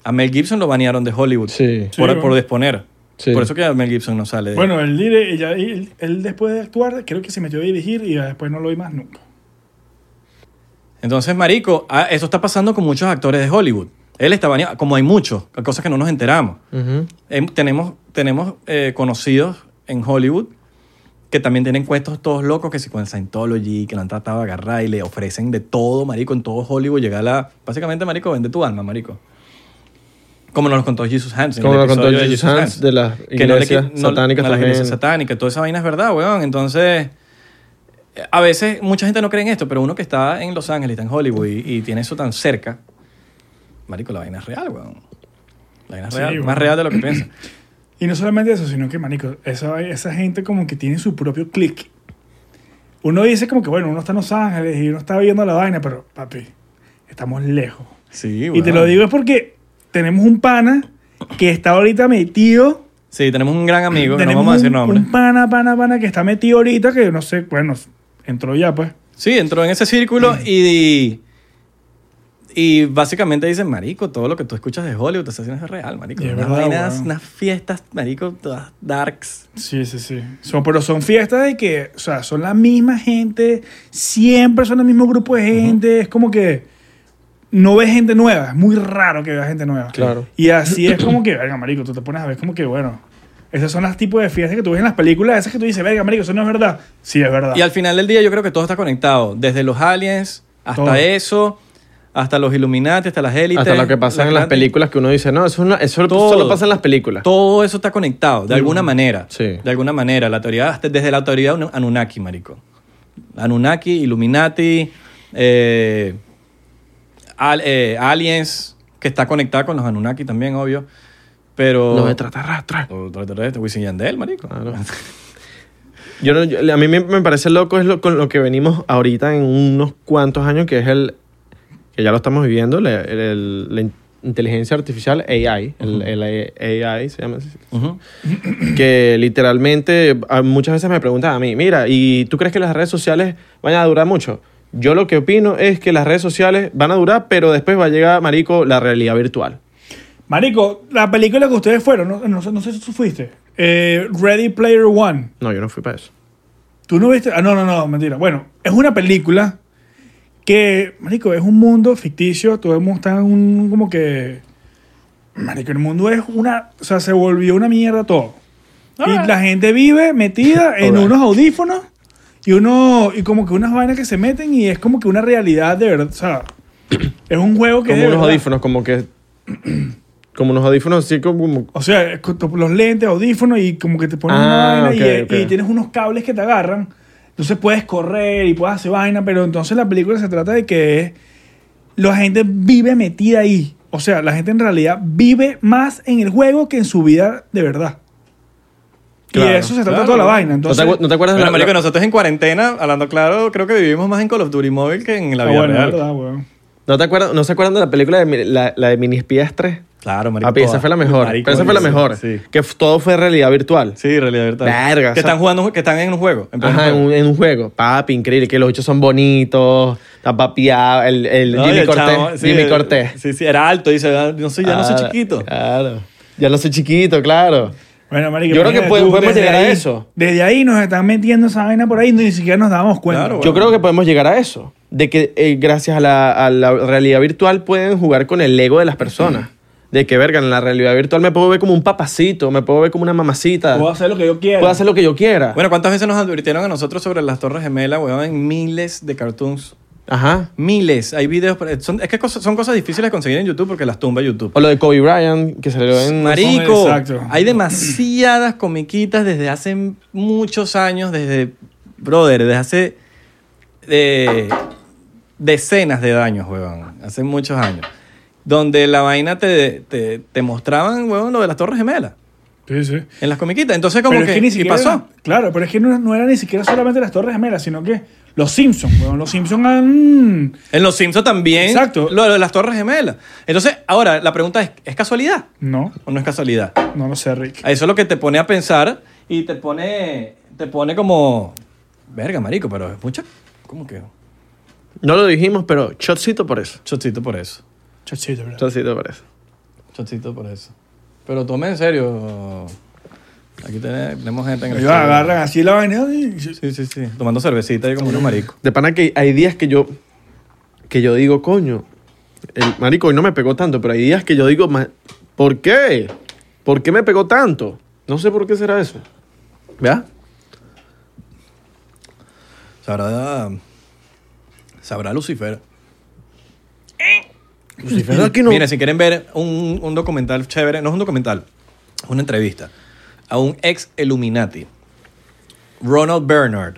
A Mel Gibson lo banearon de Hollywood
Sí.
por,
Sí,
por
weón.
exponer.
Sí.
Por eso que Mel Gibson no sale. de-
Bueno, él, dire- ella- él, él después de actuar, creo que se metió a dirigir y ya después no lo vi más nunca.
Entonces, marico, ah, eso está pasando con muchos actores de Hollywood. Él está baneado, como hay muchos, cosas que no nos enteramos.
Ujú.
Em, tenemos tenemos eh, conocidos en Hollywood que también tienen cuentos todos locos que si con el Scientology, que lo han tratado de agarrar y le ofrecen de todo, marico, en todo Hollywood. Llega la... Básicamente, marico, vende tu alma, marico. Como nos lo contó Jesus Hans. en
Como
el
lo contó
episodio de
Jesus Hans, de las
que no le
iglesias
qui- no-
satánicas
a las
también.
iglesias satánicas. Toda esa vaina es verdad, weón. Entonces, eh, a veces mucha gente no cree en esto, pero uno que está en Los Ángeles, está en Hollywood y, y tiene eso tan cerca, marico, la vaina es real, weón. La vaina es
Sí,
real,
weón.
más real de lo que piensa.
Y no solamente eso, sino que, manico, esa, esa gente como que tiene su propio click. Uno dice como que, bueno, uno está en Los Ángeles y uno está viendo la vaina, pero, papi, estamos lejos.
Sí,
Y te lo digo es porque tenemos un pana que está ahorita metido.
Sí, tenemos un gran amigo, que no
tenemos
vamos a decir
un,
nombre.
un pana, pana, pana que está metido ahorita que no sé, bueno, entró ya, pues.
Sí, entró en ese círculo y. Y básicamente dicen, marico, todo lo que tú escuchas de Hollywood, esa vaina es real, marico.
Y es
unas
verdad,
vainas,
weón.
unas fiestas, marico, todas darks.
Sí, sí, sí. Son, pero son fiestas de que, o sea, son la misma gente, siempre son el mismo grupo de gente, es como que no ves gente nueva, es muy raro que veas gente nueva.
Claro.
Y así es como que, verga, marico, tú te pones a ver como que, bueno, esas son las tipos de fiestas que tú ves en las películas, esas que tú dices, verga, marico, eso no es verdad. Sí, es verdad.
Y al final del día yo creo que todo está conectado. Desde los aliens hasta
Todo.
eso, hasta los Illuminati, hasta las élites.
Hasta lo que pasa
las
en las
grandes-
películas que uno dice, no, eso, es una- eso
Todo.
solo pasa en las películas.
Todo eso está conectado, de alguna manera.
Sí.
De alguna manera. La teoría, hasta desde la teoría Anu- Anunnaki, marico. Anunnaki, Illuminati, eh, al- eh, Aliens, que está conectada con los Anunnaki también, obvio. Pero...
Los extraterrestres.
Los extraterrestres, Wisin y Yandel, marico.
Claro. Yo no- yo- a mí me, me parece loco es lo, con lo que venimos ahorita en unos cuantos años, que es el, que ya lo estamos viviendo, le- el- el- la in- inteligencia artificial AI, el, el AI se llama así.
Ujú.
que literalmente a- muchas veces me preguntan a mí, mira, ¿y tú crees que las redes sociales vayan a durar mucho? Yo lo que opino es que las redes sociales van a durar, pero después va a llegar, marico, la realidad virtual.
Marico, la película que ustedes fueron, no, no sé- no sé si tú fuiste, eh, Ready Player One.
No, yo no fui para eso.
¿Tú no viste? Ah, no, no, no, mentira. Bueno, es una película que, marico, es un mundo ficticio. Todo el mundo está en un, como que... Marico, el mundo es una... O sea, se volvió una mierda todo. Y la gente vive metida en
Alright.
unos audífonos y uno y como que unas vainas que se meten y es como que una realidad de verdad. O sea, es un juego que.
Como
de
unos
verdad-
audífonos, como que. Como unos audífonos, así como.
O sea, con tu- los lentes, audífonos y como que te pones
Ah,
una vaina y- e-
ok, ok.
y, tienes unos cables que te agarran. Entonces puedes correr y puedes hacer vaina, pero entonces la película se trata de que es- la gente vive metida ahí. O sea, la gente en realidad vive más en el juego que en su vida de verdad. y
Claro,
de eso se trata
claro.
toda la vaina.
¿No te,
Entonces,
acu- no te acuerdas
Bueno,
la-
marico,
la-
nosotros en cuarentena, hablando claro, creo que vivimos más en Call of Duty móvil que en la
Ah,
vida
bueno, es
real.
verdad, weón.
¿no te acuerdas- no se acuerdan de la película de mi- la, la de Mini Espías 3?
Claro, marico.
Papi, esa
toda.
fue la mejor.
Marico,
pero esa fue la
sí,
mejor.
Sí,
Que f- todo fue realidad virtual.
sí realidad virtual.
Verga, o
Que
sea-
están jugando, que están en un juego. en pues. pleno
Ajá, en
juego.
un, en un juego. Papi, increíble. Que los bichos son bonitos. Está papiado. El, el
No, y
Jimmy
el
Cortés.
chamo, sí,
Jimmy
el-
Cortés.
Sí, sí, era alto. Dice, "Ah, no soy, ya no soy
Ah,
chiquito.
Claro. Ya no soy chiquito, claro.
Bueno, marico,
Yo creo que
imagínate
puede-
tú,
podemos
desde
llegar a
ahí-
eso.
Desde ahí nos están metiendo esa vaina por ahí y ni siquiera nos damos cuenta.
Claro,
Yo
Bueno.
creo que podemos llegar a eso. De que eh, gracias a la, a la realidad virtual pueden jugar con el ego de las personas. De que, verga, en la realidad virtual me puedo ver como un papacito, me puedo ver como una mamacita.
Puedo
Puedo,
hacer lo que yo quiera.
hacer lo que yo quiera.
Bueno, ¿cuántas veces nos advirtieron a nosotros sobre las Torres Gemelas, weón? En miles de cartoons.
Ajá.
Miles. Hay videos. pero Son, es que cosas- son cosas difíciles de conseguir en YouTube porque las tumba YouTube.
O lo de Kobe Bryant, que salió en...
Marico,
Exacto.
hay demasiadas comiquitas desde hace muchos años, desde, brother, desde hace eh, decenas de años, weón, hace muchos años, donde la vaina te, te, te mostraban, weón, lo de las Torres Gemelas,
Sí, sí.
en las comiquitas. Entonces, como
pero
que,
es que ni
¿y
siquiera
pasó?
era- claro, pero es que no, no era ni siquiera solamente las Torres Gemelas, sino que los Simpsons, weón. Los Simpsons han.
En Los Simpsons también,
Exacto.
lo de las Torres Gemelas. Entonces, ahora, la pregunta es, ¿es casualidad
No,
o no es casualidad?
no lo sé, Rick.
A Eso es lo que te pone a pensar y te pone, te pone como, verga, marico, pero es mucha, ¿cómo que?
No lo dijimos, pero shotcito por eso.
Chocito por eso,
Chachito, bro.
Shotcito por eso.
chocito por eso. Pero tome en serio, aquí tene- tenemos gente en el
Ellos agarran así la vaina. y-
Sí, sí, sí, tomando cervecita y como unos maricos.
De pana que hay días que yo... Que yo digo, coño... El marico hoy no me pegó tanto, pero hay días que yo digo... "Ma- ¿Por qué? ¿Por qué me pegó tanto? No sé por qué será eso. ¿Verdad?
Sabrá, sabrá Lucifer.
Lucifer aquí no...
Mira, si quieren ver un, un documental chévere, no es un documental, es una entrevista a un ex Illuminati, Ronald Bernard.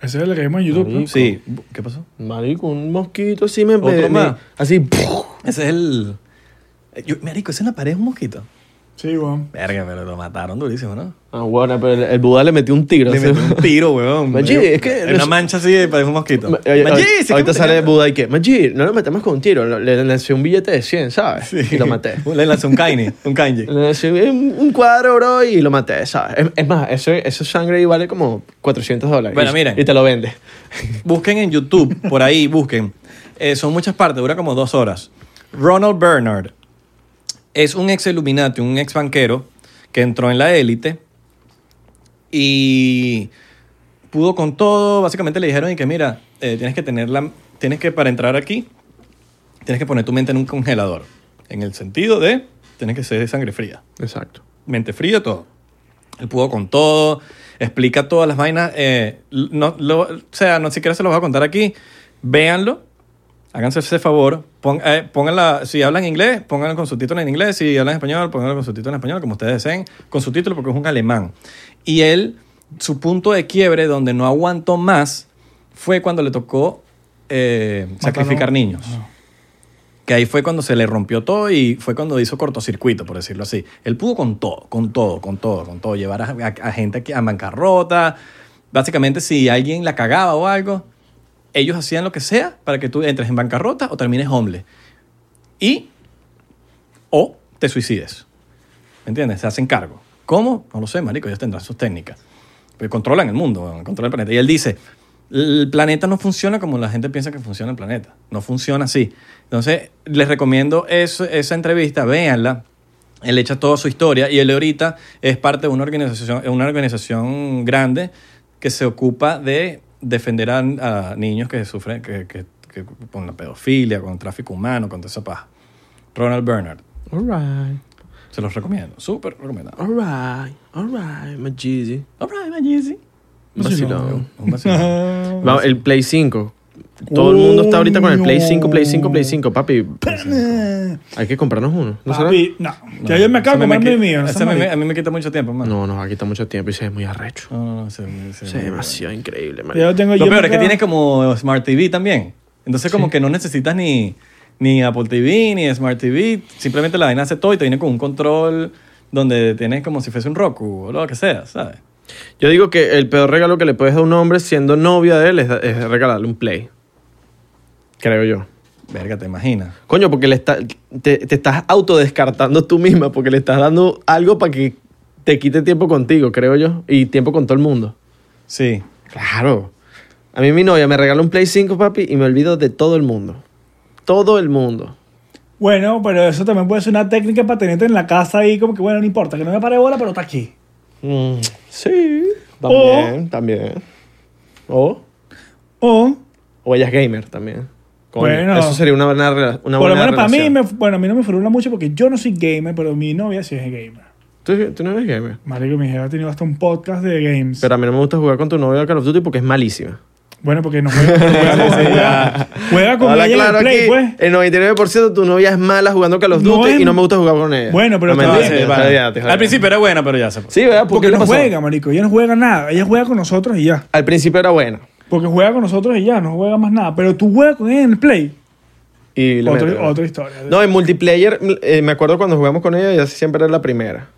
Ese es el que vimos en YouTube. ¿no?
Sí, ¿qué pasó?
Marico, un mosquito así me...
Otro
me-
más.
Así...
Ese es el. Yo, marico, ese en la pared es un mosquito.
Sí, weón.
Verga, pero lo mataron durísimo, ¿no?
Ah, bueno, pero el, el Buda le metió un tiro.
Le
así.
metió un tiro, weón.
Majid,
Marico,
es que-
en Una mancha así de parece un mosquito.
Ma- oye,
Majid,
ahor-
sí,
ahorita
que-
sale Buda y que... Majid, no lo metemos con un tiro. lo- Le lancé un billete de 100, ¿sabes?
Sí.
Y lo maté.
Le lanzó un kaini, un kanji.
Le subí un un cuadro, bro, y lo maté, ¿sabes? Es, es más, eso, eso sangre ahí vale como 400 dólares.
Bueno,
Y-
miren.
Y te lo vende.
Busquen en YouTube, por ahí, busquen. Eh, son muchas partes, dura como dos horas. Ronald Bernard es un ex Illuminati, un ex banquero que entró en la élite y pudo con todo. Básicamente le dijeron y que mira, eh, tienes que tener la, tienes que para entrar aquí, tienes que poner tu mente en un congelador, en el sentido de tienes que ser de sangre fría
Exacto.
mente fría, todo. Él pudo con todo, explica todas las vainas. eh, no, lo- o sea, no siquiera se los voy a contar aquí. Véanlo, háganse ese favor. pon- eh, pónganla, si hablan inglés, pónganlo con subtítulos en inglés. Si hablan español, pónganlo con subtítulos en español, como ustedes deseen, con subtítulos porque es un alemán. Y él, su punto de quiebre, donde no aguantó más, fue cuando le tocó eh, sacrificar niños. Que ahí fue cuando se le rompió todo y fue cuando hizo cortocircuito, por decirlo así. Él pudo con todo, con todo, con todo, con todo. Llevar a, a- a gente aquí a bancarrota. Básicamente, si alguien la cagaba o algo, ellos hacían lo que sea para que tú entres en bancarrota o termines homeless. Y o te suicides. ¿Me entiendes? Se hacen cargo. ¿Cómo? No lo sé, marico. Ellos tendrán sus técnicas. Pero controlan el mundo, weón, controlan el planeta. Y él dice, el planeta no funciona como la gente piensa que funciona el planeta. No funciona así. Entonces, les recomiendo eso- esa entrevista, véanla. Él echa toda su historia y él ahorita es parte de una organización, una organización grande que se ocupa de defender a, a niños que sufren que, que- que con la pedofilia, con el tráfico humano, con toda esa paja. Ronald Bernard.
All right.
Se los recomiendo. Súper recomendado.
Alright, alright, my Jeezy.
All right, my Yeezy.
Un vacilón.
Un vacilón.
Vamos, el Play 5. Todo el mundo está ahorita con el Play 5, Play 5, Play 5. Papi, hay que comprarnos uno. ¿No será?
Papi, no. Ya yo me acabo de
Ese
comer
qui-
mi mío. no
ese
seas
me-
marico.
a mí me quita mucho tiempo, hermano.
No, nos va a quitar mucho tiempo y se ve muy arrecho.
No, no, no. se- se-
Se ve demasiado increíble,
Ya
marico.
yo tengo
Lo
yo
peor
me
es que
acabo-
tiene como Smart TV también. Entonces, como que no necesitas ni, ni Apple TV, ni Smart TV. Simplemente la vaina hace todo y te viene con un control donde tienes como si fuese un Roku o lo que sea, ¿sabes?
Yo digo que el peor regalo que le puedes dar a un hombre siendo novia de él es, es regalarle un Play. Creo yo.
Verga, te imaginas.
Coño, porque le está- te, te estás autodescartando tú misma, porque le estás dando algo para que te quite tiempo contigo, creo yo, y tiempo con todo el mundo.
Sí.
Claro. A mí mi novia me regaló un Play 5, papi, y me olvido de todo el mundo. Todo el mundo.
Bueno, pero eso también puede ser una técnica para tenerte en la casa ahí, como que bueno, no importa, que no me pare bola, pero está aquí.
Mm, sí. También, también. O,
O,
o ella es gamer también. Coño,
Bueno.
eso sería una buena, rela- una
por
buena
lo menos para mí,
relación.
me- bueno, a mí no me furula mucho porque yo no soy gamer, pero mi novia sí es gamer.
¿Tú, tú no eres gamer.
Marico, mi jefa ha tenido hasta un podcast de games.
Pero a mí no me gusta jugar con tu novia Call of Duty porque es malísima.
bueno, porque no juega, juega, con- juega, juega con
Habla
ella en el
claro
Play,
aquí, Eh,
pues.
El 99% de tu novia es mala jugando Call of
No
Duty
es-
y no me gusta jugar con ella.
Bueno, pero
No,
también-
mentira,
Sí,
te
eh, vale.
jodía, te jodía.
Al principio era buena, pero ya se
Sí, ¿verdad? ¿Por
Porque
qué le
no
pasó?
juega, marico. Ella no juega nada. Ella juega con nosotros y ya.
Al principio era buena.
Porque juega con nosotros y ya, no juega más nada. Pero tú juegas con ella en el Play.
Y le
Otro-
metió.
otra historia.
No, en multiplayer, eh, me acuerdo cuando jugamos con ella, ella siempre era la primera.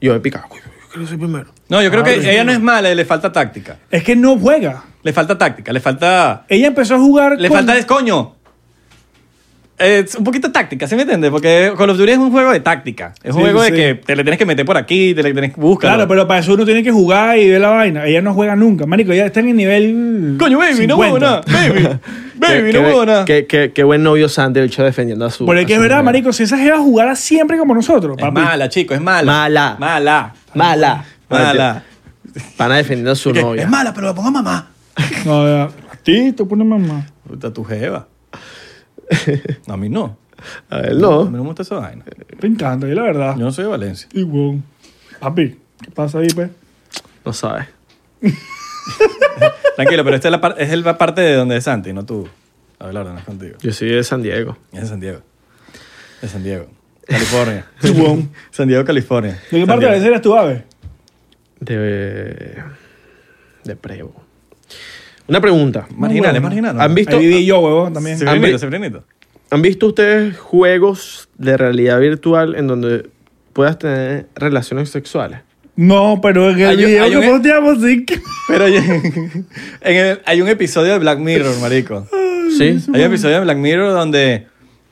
Yo me picaba. "Uy, Yo quiero ser primero.
No, yo
Ah,
creo que ella no es mala, le falta táctica.
Es que no juega.
Le falta táctica, le falta...
Ella empezó a jugar
Le
con-
falta es coño. Es un poquito táctica, ¿sí me entiendes? Porque Call of Duty es un juego de táctica. Es un
Sí,
juego
sí.
de que te le tienes que meter por aquí, te le tienes que buscar.
Claro, pero para eso uno tiene que jugar y ver la vaina. Ella no juega nunca. Marico, ella está en el nivel.
Coño, baby, no
50.
huevo nada. Baby,
Qué-
baby, no
qué-
huevo nada.
Qué, qué- qué buen novio Sandy, el hecho defendiendo a su.
Porque es que
a
es
su
verdad,
mujer.
marico, si esa jeva jugara siempre como nosotros,
Es
papi.
mala, chico, es mala.
Mala.
Mala.
Mala.
Mala.
Pana defendiendo a su
Que
novia.
Es mala, pero la pongo a mamá.
No, ya. a ti te pone mamá.
Puta, tu jeva. No, a mí no.
A él
A mí
no.
no me gusta esa vaina.
Te encanta, y la verdad.
Yo no soy de Valencia.
Y weón. Papi, ¿qué pasa ahí, pues?
No sabes.
Tranquilo, pero esta es la, par- es la parte de donde es Santi, no tú. A ver, la verdad, no es contigo.
Yo soy de San Diego.
Es de San Diego. De San Diego. California.
Y weón.
San Diego, California.
¿De qué
San
parte de
Diego.
Valencia eres tú, Ave?
De. De Prevo. Una pregunta.
Marginal,
No,
es
bueno.
marginal. ¿no?
¿Han visto,
Ahí viví yo, huevón, también.
Sí.
Sebrinito,
Hambre-
Sebrinito.
¿Han visto ustedes juegos de realidad virtual en donde puedas tener relaciones sexuales?
No, pero en el
Hay un-
video
hay un-
que posteamos, sí que.
Pero oye, en el- hay un episodio de Black Mirror, marico.
Sí.
Hay un episodio de Black Mirror donde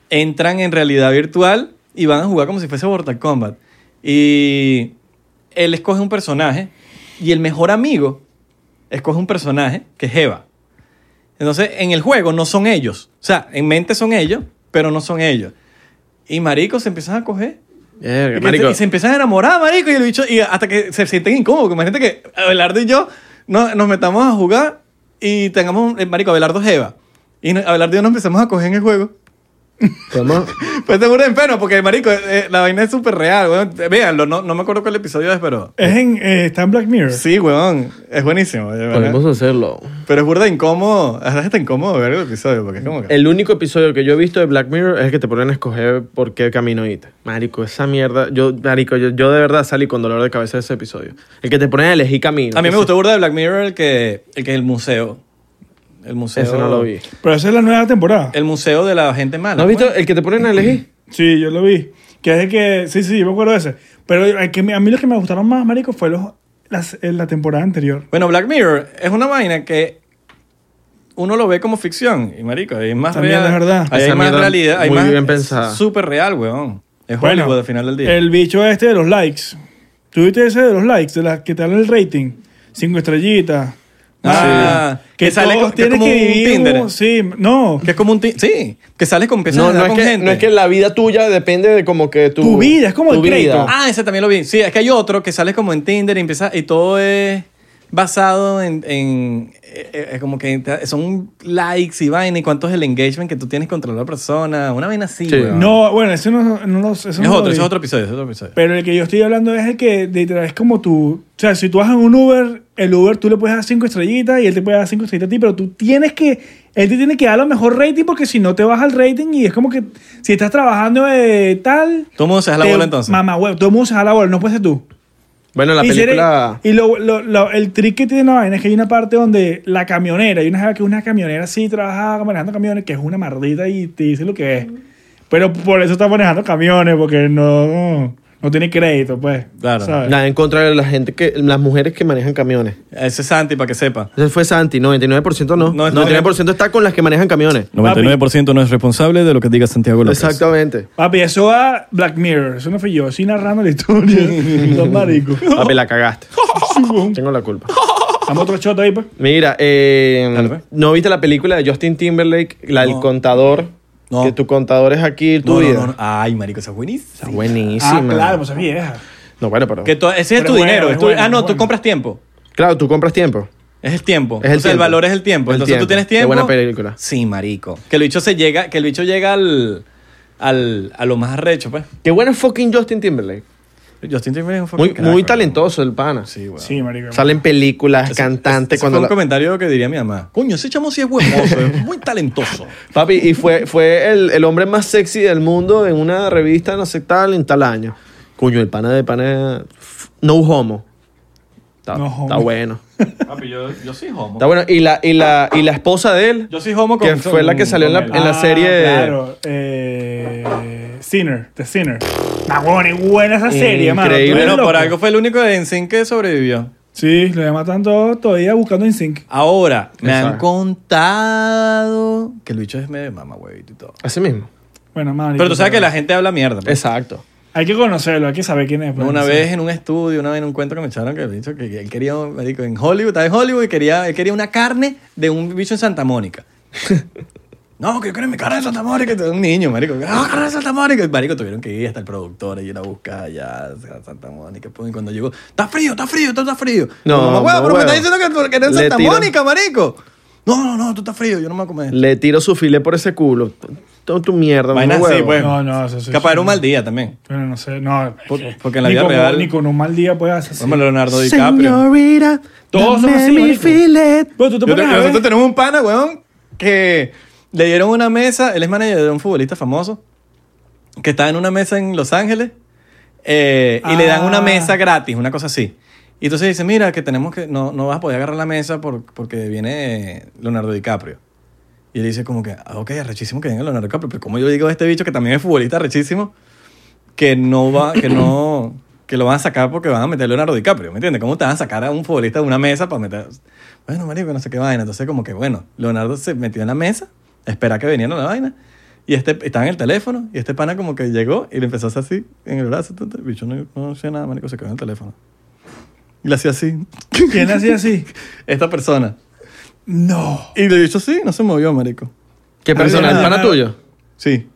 entran en realidad virtual y van a jugar como si fuese Mortal Kombat. Y él escoge un personaje y el mejor amigo escoge un personaje que es Eva. Entonces, en el juego no son ellos. O sea, en mente son ellos, pero no son ellos. Y marico, se empiezan a coger.
Verga,
Y, que
marico.
se- y se empiezan a enamorar, marico, y el bicho, y hasta que se sienten incómodos. porque Imagínate que Abelardo y yo no- nos metamos a jugar y tengamos, un- eh, marico, Abelardo es Eva. Y no- Abelardo y yo nos empezamos a coger en el juego.
Podemos-
Pues te mueres en pena, porque, marico, eh, la vaina es súper real, weón. Eh, Véanlo, no, no me acuerdo cuál episodio es, pero...
Es en, eh, está en Black Mirror.
Sí, weón, es buenísimo. de verdad.
Podemos hacerlo.
Pero es burda incómodo, ahora está incómodo ver el episodio, porque es como que...
El único episodio que yo he visto de Black Mirror es el que te ponen a escoger por qué camino irte. Marico, esa mierda. Yo, marico, yo, yo de verdad salí con dolor de cabeza de ese episodio. El que te ponen a elegir camino.
A mí me gustó burda de Black Mirror el que, el que es el museo. El museo...
Ese no lo vi.
Pero esa es la nueva temporada.
El museo de la gente mala.
¿No has
pues.
visto el que te ponen a elegir?
Sí, yo lo vi. Que es el que. Sí, sí, yo me acuerdo de ese. Pero el que me- a mí los que me gustaron más, marico, fue los, las, en la temporada anterior.
Bueno, Black Mirror es una vaina que uno lo ve como ficción. Y marico, hay más
También
real.
es verdad.
Ahí hay
Esa
más
mierda
realidad. Hay
muy
más,
bien
es
pensada.
Súper real, weón. Es
Bueno,
Hollywood al final del día.
El bicho este de los likes. ¿Tú viste ese de los likes? De las que te dan el rating. Cinco estrellitas.
Ah, sí.
que,
que sale
todos
co- que
tienes
como
que
un
vivir.
Tinder.
un- sí, no.
Que es como un... ti- Sí, que sales con empiezas a
No, no es,
hablar con
que,
gente.
no es que la vida tuya depende de como que tu...
Tu vida, es como el crédito.
Ah, ese también lo vi. Sí, es que hay otro que sales como en Tinder y empieza... Y todo es... basado en, en- eh, eh, como que te- son likes y vaina y cuánto es el engagement que tú tienes contra la persona, una vaina así.
Sí.
weón.
No, bueno, eso no, no lo- eso
es
no lo
otro,
vi.
ese es otro episodio, ese es otro episodio.
Pero el que yo estoy hablando es el que de, de- es como tú. O sea, si tú vas en un Uber, el Uber tú le puedes dar cinco estrellitas y él te puede dar cinco estrellitas a ti, pero tú tienes que. Él te tiene que dar lo mejor rating porque si no te vas al rating y es como que si estás trabajando de tal.
Todo el mundo se da la
te-
bola entonces.
Mamá, huevo, todo el mundo se da la bola, no puedes ser tú.
Bueno, la
y si eres-
película.
y lo- lo- lo- el trick que tiene la vaina es que hay una parte donde la camionera, hay una jeva que es una camionera así, trabaja manejando camiones, que es una mardita y te dice lo que es. Pero por eso está manejando camiones, porque no, no tiene crédito, pues.
Claro.
¿sabes?
Nada en contra de la gente que, las mujeres que manejan camiones.
Ese es Santi, para que sepa.
Ese fue Santi, 99% no.
No, es-
99% está con las que manejan camiones.
99% no es responsable de lo que diga Santiago López.
Exactamente.
Papi, eso va Black Mirror, eso no fui yo, estoy narrando la historia. Los maricos.
Papi, la cagaste. Tengo la culpa.
Dame otro shot ahí, pues.
Mira, eh,
Dale, pues.
¿no viste la película de Justin Timberlake? La del
No.
contador.
No.
Que tu contador es aquí, tu
No, no,
vida.
no, no. Ay, marico, esa es buenísima.
Está buenísima.
Ah, claro, pues es vieja.
No, bueno, pero.
Que to- ese es
Pero
tu
bueno,
dinero.
es
es tu-
bueno,
ah, no,
es
tú
bueno.
compras tiempo.
Claro, tú compras tiempo.
Es el tiempo.
Es el
o sea, Pues el
tiempo.
valor es el tiempo.
El
Entonces
tiempo.
tú tienes
Qué
tiempo.
buena película.
Sí, marico. Que el bicho se llega, que el bicho llega al, al a lo más arrecho, pues.
Qué bueno es fucking Justin Timberlake.
Justin Timberlake es un fucking
Muy,
crack,
muy
weón.
talentoso el pana.
Sí, weón.
Sí, marico.
Sale en películas,
Ese-
cantante.
ese
cuando
fue un
la-
comentario que diría mi mamá. Coño, ese chamo sí es buen mozo, es muy talentoso.
Papi, y fue, fue el, el hombre más sexy del mundo en una revista no sé tal en tal año. Coño, el pana de pana. No homo. Está,
No homo.
está bueno.
Papi, yo, yo soy homo.
Está bueno. Y la, y la, y la esposa de él.
Yo soy homo con
Que fue la que salió en la-
él.
en la serie de-
Ah, Claro, eh, Sinner, The Sinner. Nagones, buena esa serie, mano.
Increíble.
tú eres
Bueno,
loco.
por algo fue el único de NSYNC que sobrevivió.
Sí, lo llaman tanto todavía buscando en sync.
Ahora, me han
Exacto.
contado que el bicho es medio mamá, huevito y todo.
Así mismo.
Bueno, mano.
Pero tú sabes que la gente habla mierda. pues.
Exacto.
Hay que conocerlo, hay que saber quién es. pues,
Una
no sé.
vez en un estudio, una vez en un cuento que me echaron que el bicho que él quería, me dijo, en Hollywood, estaba en Hollywood y quería, él quería una carne de un bicho en Santa Mónica. no, que yo quiero mi carne de Santa Mónica. Entonces, Un niño, marico, ah, carne de Santa Mónica. Y, marico, tuvieron que ir hasta el productor y ir a buscar allá a Santa Mónica. Pum, Y cuando llegó, está frío, está frío, está, está frío.
No,
Y yo, mamá,
no,
pero me
huevo.
está diciendo que, que era en
Le
Santa
tiró.
Mónica, marico. No, no, no, tú estás frío, yo no me voy a comer.
Le tiro su filé por ese culo. Todo tu mierda.
Vaina
mamá
así,
huevo.
pues.
No, no, eso sí.
Capaz
sí,
era un
no.
mal día también.
Bueno, no sé, no.
Por- porque en la
ni
vida
con-
real-
Ni con un mal día puedes hacer así.
Vamos, Leonardo DiCaprio.
Señorita,
Todos son
dame
así,
mi
marico.
filet.
Bueno, tú te
Yo te-
pones a ver-
nosotros tenemos un pana, weón, que le dieron una mesa, él es manager de un futbolista famoso, que estaba en una mesa en Los Ángeles, eh, y le dan
Ah.
una mesa gratis, una cosa así. Y entonces dice, mira, que tenemos que, no, no vas a poder agarrar la mesa por- porque viene Leonardo DiCaprio. Y él dice como que, ah, ok, rechísimo que venga Leonardo DiCaprio, pero como yo digo a este bicho que también es futbolista rechísimo, que no va, que no, que lo van a sacar porque van a meter a Leonardo DiCaprio, ¿me entiendes? ¿Cómo te van a sacar a un futbolista de una mesa para meter? Bueno, marico, no sé qué vaina. Entonces como que, bueno, Leonardo se metió en la mesa, espera que viniera la vaina, y este, estaba en el teléfono, y este pana como que llegó y le empezó a hacer así, en el brazo, tut, tut, el bicho no, no hacía nada, marico, se quedó en el teléfono. Y le hacía así,
¿Quién hacía así?
esta persona.
No.
Y el bicho sí, no se movió, marico.
¿Qué persona? ¿El pana
Leonardo.
tuyo?
Sí.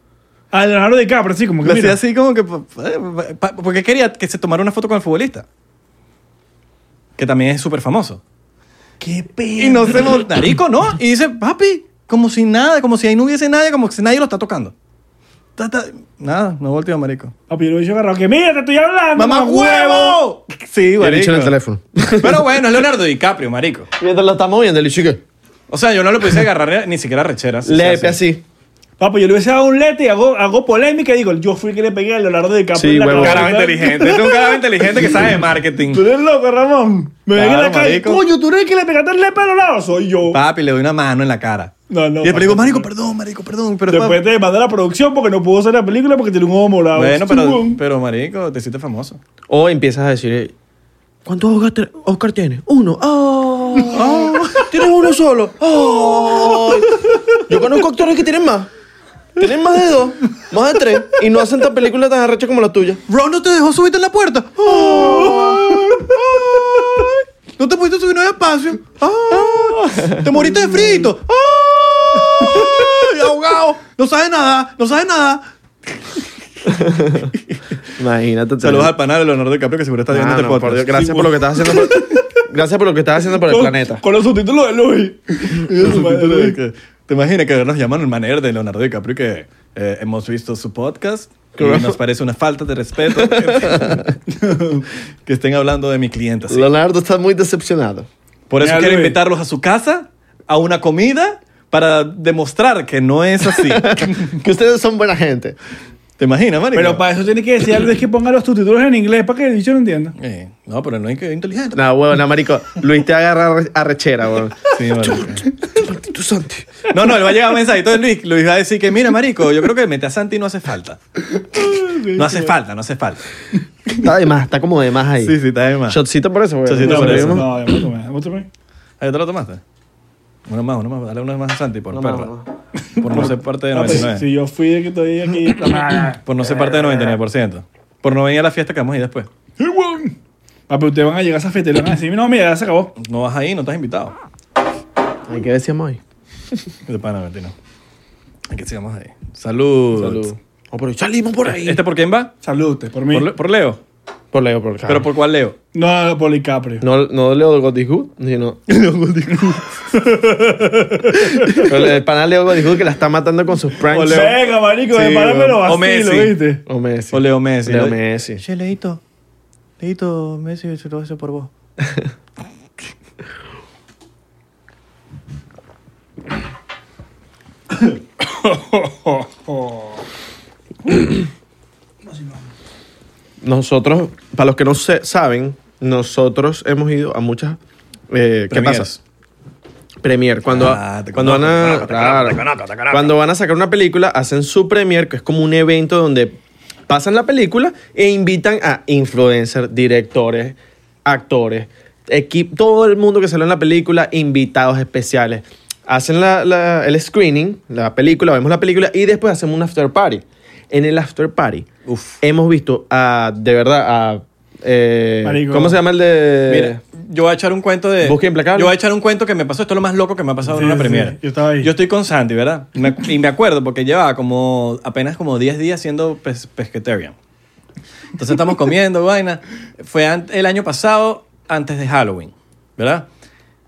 A Leonardo DiCaprio, así como que.
Lo hacía
Mira.
así como que... pa- pa- pa- Porque quería que se tomara una foto con el futbolista. Que también es súper famoso.
Qué
Y
pena.
no se lo... Narico, ¿no? Y dice, papi, como si nada, como si ahí no hubiese nadie, como si nadie lo está tocando. Ta, ta- Nada, no volteó, marico.
Papi, lo hizo agarrado. Que mira, te estoy hablando.
¡Mamá huevo! Sí,
Y
marico.
el bicho en el teléfono.
Pero bueno, es Leonardo DiCaprio, marico.
Mientras lo estamos viendo, el bicho que
O sea, yo no lo pudiese agarrar ni siquiera rechera. si sea
lepe así.
Papi, yo le hubiese dado un lete y hago, hago polémica y digo, yo fui el que le pegué a Leonardo DiCaprio.
Sí,
en la
huevo.
cabeza.
Carajo inteligente. Este es un carajo inteligente que sabe de marketing.
Tú eres loco, Ramón. Me ven en la
Claro,
calle.
marico.
Coño, tú eres el que le pegaste el lepe a Leonardo. Soy yo.
Papi, le doy una mano en la cara.
No, no,
y después le digo,
papi,
marico,
no.
perdón, marico, perdón. Pero
Después te mandé a la producción porque no pudo hacer la película porque tiene un ojo morado.
Bueno, pero,
Chum.
pero marico, te hiciste famoso.
O empiezas a decir, ¿cuántos Oscar, te- Oscar tienes? Uno. ¡Oh! Tienes uno solo. ¡Oh! Yo conozco actores que tienen más. Tienen más de dos, más de tres, y no hacen tan películas tan arrechas como la tuya.
Ron no te dejó subirte en la puerta. No te pudiste subir en el espacio. Te moriste de frito. Ahogado. No sabes nada. No sabes nada.
Imagínate.
Saludos al panal de Leonardo DiCaprio que seguro está viendo
Ah,
este
no, por
podcast.
Dios, gracias por lo que estás haciendo. por- Gracias por lo que estás haciendo por el
con,
planeta.
Con los subtítulos de Luis. Y
Los
su madre,
subtítulos de
Luis.
que- ¿Te imaginas que nos llaman el manager de Leonardo DiCaprio y que eh, hemos visto su podcast? Y
Claro.
nos parece una falta de respeto que, que estén hablando de mi cliente así.
Leonardo está muy decepcionado.
Por eso
Mira,
quiero
Luis.
invitarlos a su casa, a una comida, para demostrar que no es así.
Que ustedes son buena gente.
¿Te imaginas, marico?
Pero para eso tiene que decir a Luis que ponga los subtítulos en inglés para que el bicho lo entienda.
Eh, no, pero no es que es inteligente.
No, huevón, no, marico. Luis te agarra arre- arrechera, huevón.
Sí, marico.
Maldito Santi.
No, no, le va a llegar un mensajito de Luis. Luis va a decir que, mira, marico, yo creo que meter a Santi no hace falta. No hace falta, no hace falta.
Está de más, está como de más ahí.
Sí, sí, está bien más.
Shotcito por eso, huevón.
Shotcito
Nos
por eso.
servimos.
No, ya me lo tomé, ¿vos también?
Ah, ¿ya te lo tomaste? Una más, una más. Dale una más a Santi por
No, no,
perra.
no.
Por no ser parte de
Ah, pues,
99.
Si yo fui el que estoy aquí.
Por no ser parte del 99%. Por no venir a la fiesta que vamos a ir después.
¡Hey, weón! Ah, pero ustedes van a llegar a esa fiesta y le van a decir, no, mira, ya se acabó.
No vas ahí, no estás invitado.
Ay, ¿Qué decíamos hoy?
De pana, mentira. Aquí sigamos ahí. Salud.
Salud. Oh, pero salimos por ahí.
¿Este por quién va?
Salute, por mí.
¿Por, Le- por Leo?
Por Leo, por acá.
¿Pero por cuál Leo?
No, no, por DiCaprio.
No, no Leo Got Is Good, sino... Leo Got Is Good. el, el pana Leo Got Is Good que la está matando con sus pranks.
O Leo.
Venga, marico,
Sí,
de pana me lo
weón. O
vacilo,
Messi.
¿viste?
O Messi.
O Leo Messi.
Leo Messi.
Che, Leito. Leito, Messi se lo hace por vos.
Nosotros, para los que no se- saben, nosotros hemos ido a muchas... eh, ¿Qué
Premieres.
pasa? Premier. Cuando,
Ah, te
cuando, van
conozco,
a,
te conozco, te conozco,
claro.
te conozco, te conozco.
cuando van a sacar una película, hacen su premier, que es como un evento donde pasan la película e invitan a influencers, directores, actores, equipo, todo el mundo que sale en la película, invitados especiales. Hacen la- la- el screening, la película, vemos la película y después hacemos un after party. En el after party
Uf.
hemos visto a, de verdad, a... eh,
Marico.
¿Cómo se llama el de...?
Eh,
Mira, yo voy a echar un cuento de.
Busca implacable.
Yo voy a echar un cuento que me pasó. Esto es lo más loco que me ha pasado
Sí,
en una
sí,
premiere.
sí, yo estaba ahí.
Yo estoy con Santi, ¿verdad? Me- y me acuerdo porque llevaba como apenas como 10 días siendo pes- pescatarian. Entonces estamos comiendo, vaina. Fue an- el año pasado, antes de Halloween, ¿verdad?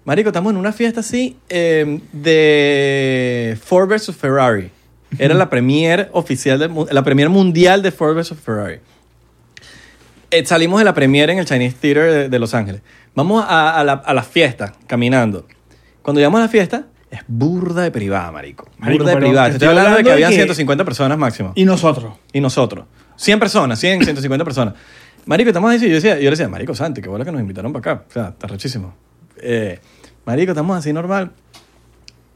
Marico, estamos en una fiesta así eh, de Ford vs. Ferrari. Era la premier oficial, del mu- la premier mundial de Ford vs. Ferrari. Eh, salimos de la premiere en el Chinese Theater de, de Los Ángeles. Vamos a, a la, a la fiesta, caminando. Cuando llegamos a la fiesta, es burda de privada, marico.
Marico,
burda de
pero
privada.
te
Te
estoy
estoy hablando de
hablando
que
de
habían
que-
150 personas máximo. Y,
Y nosotros.
nosotros. 100 personas, 100, 150 personas. Marico, estamos así. Yo, decía, yo le decía, marico, Santi, qué bola que nos invitaron para acá. O sea, está rechísimo. Eh, marico, estamos así normal.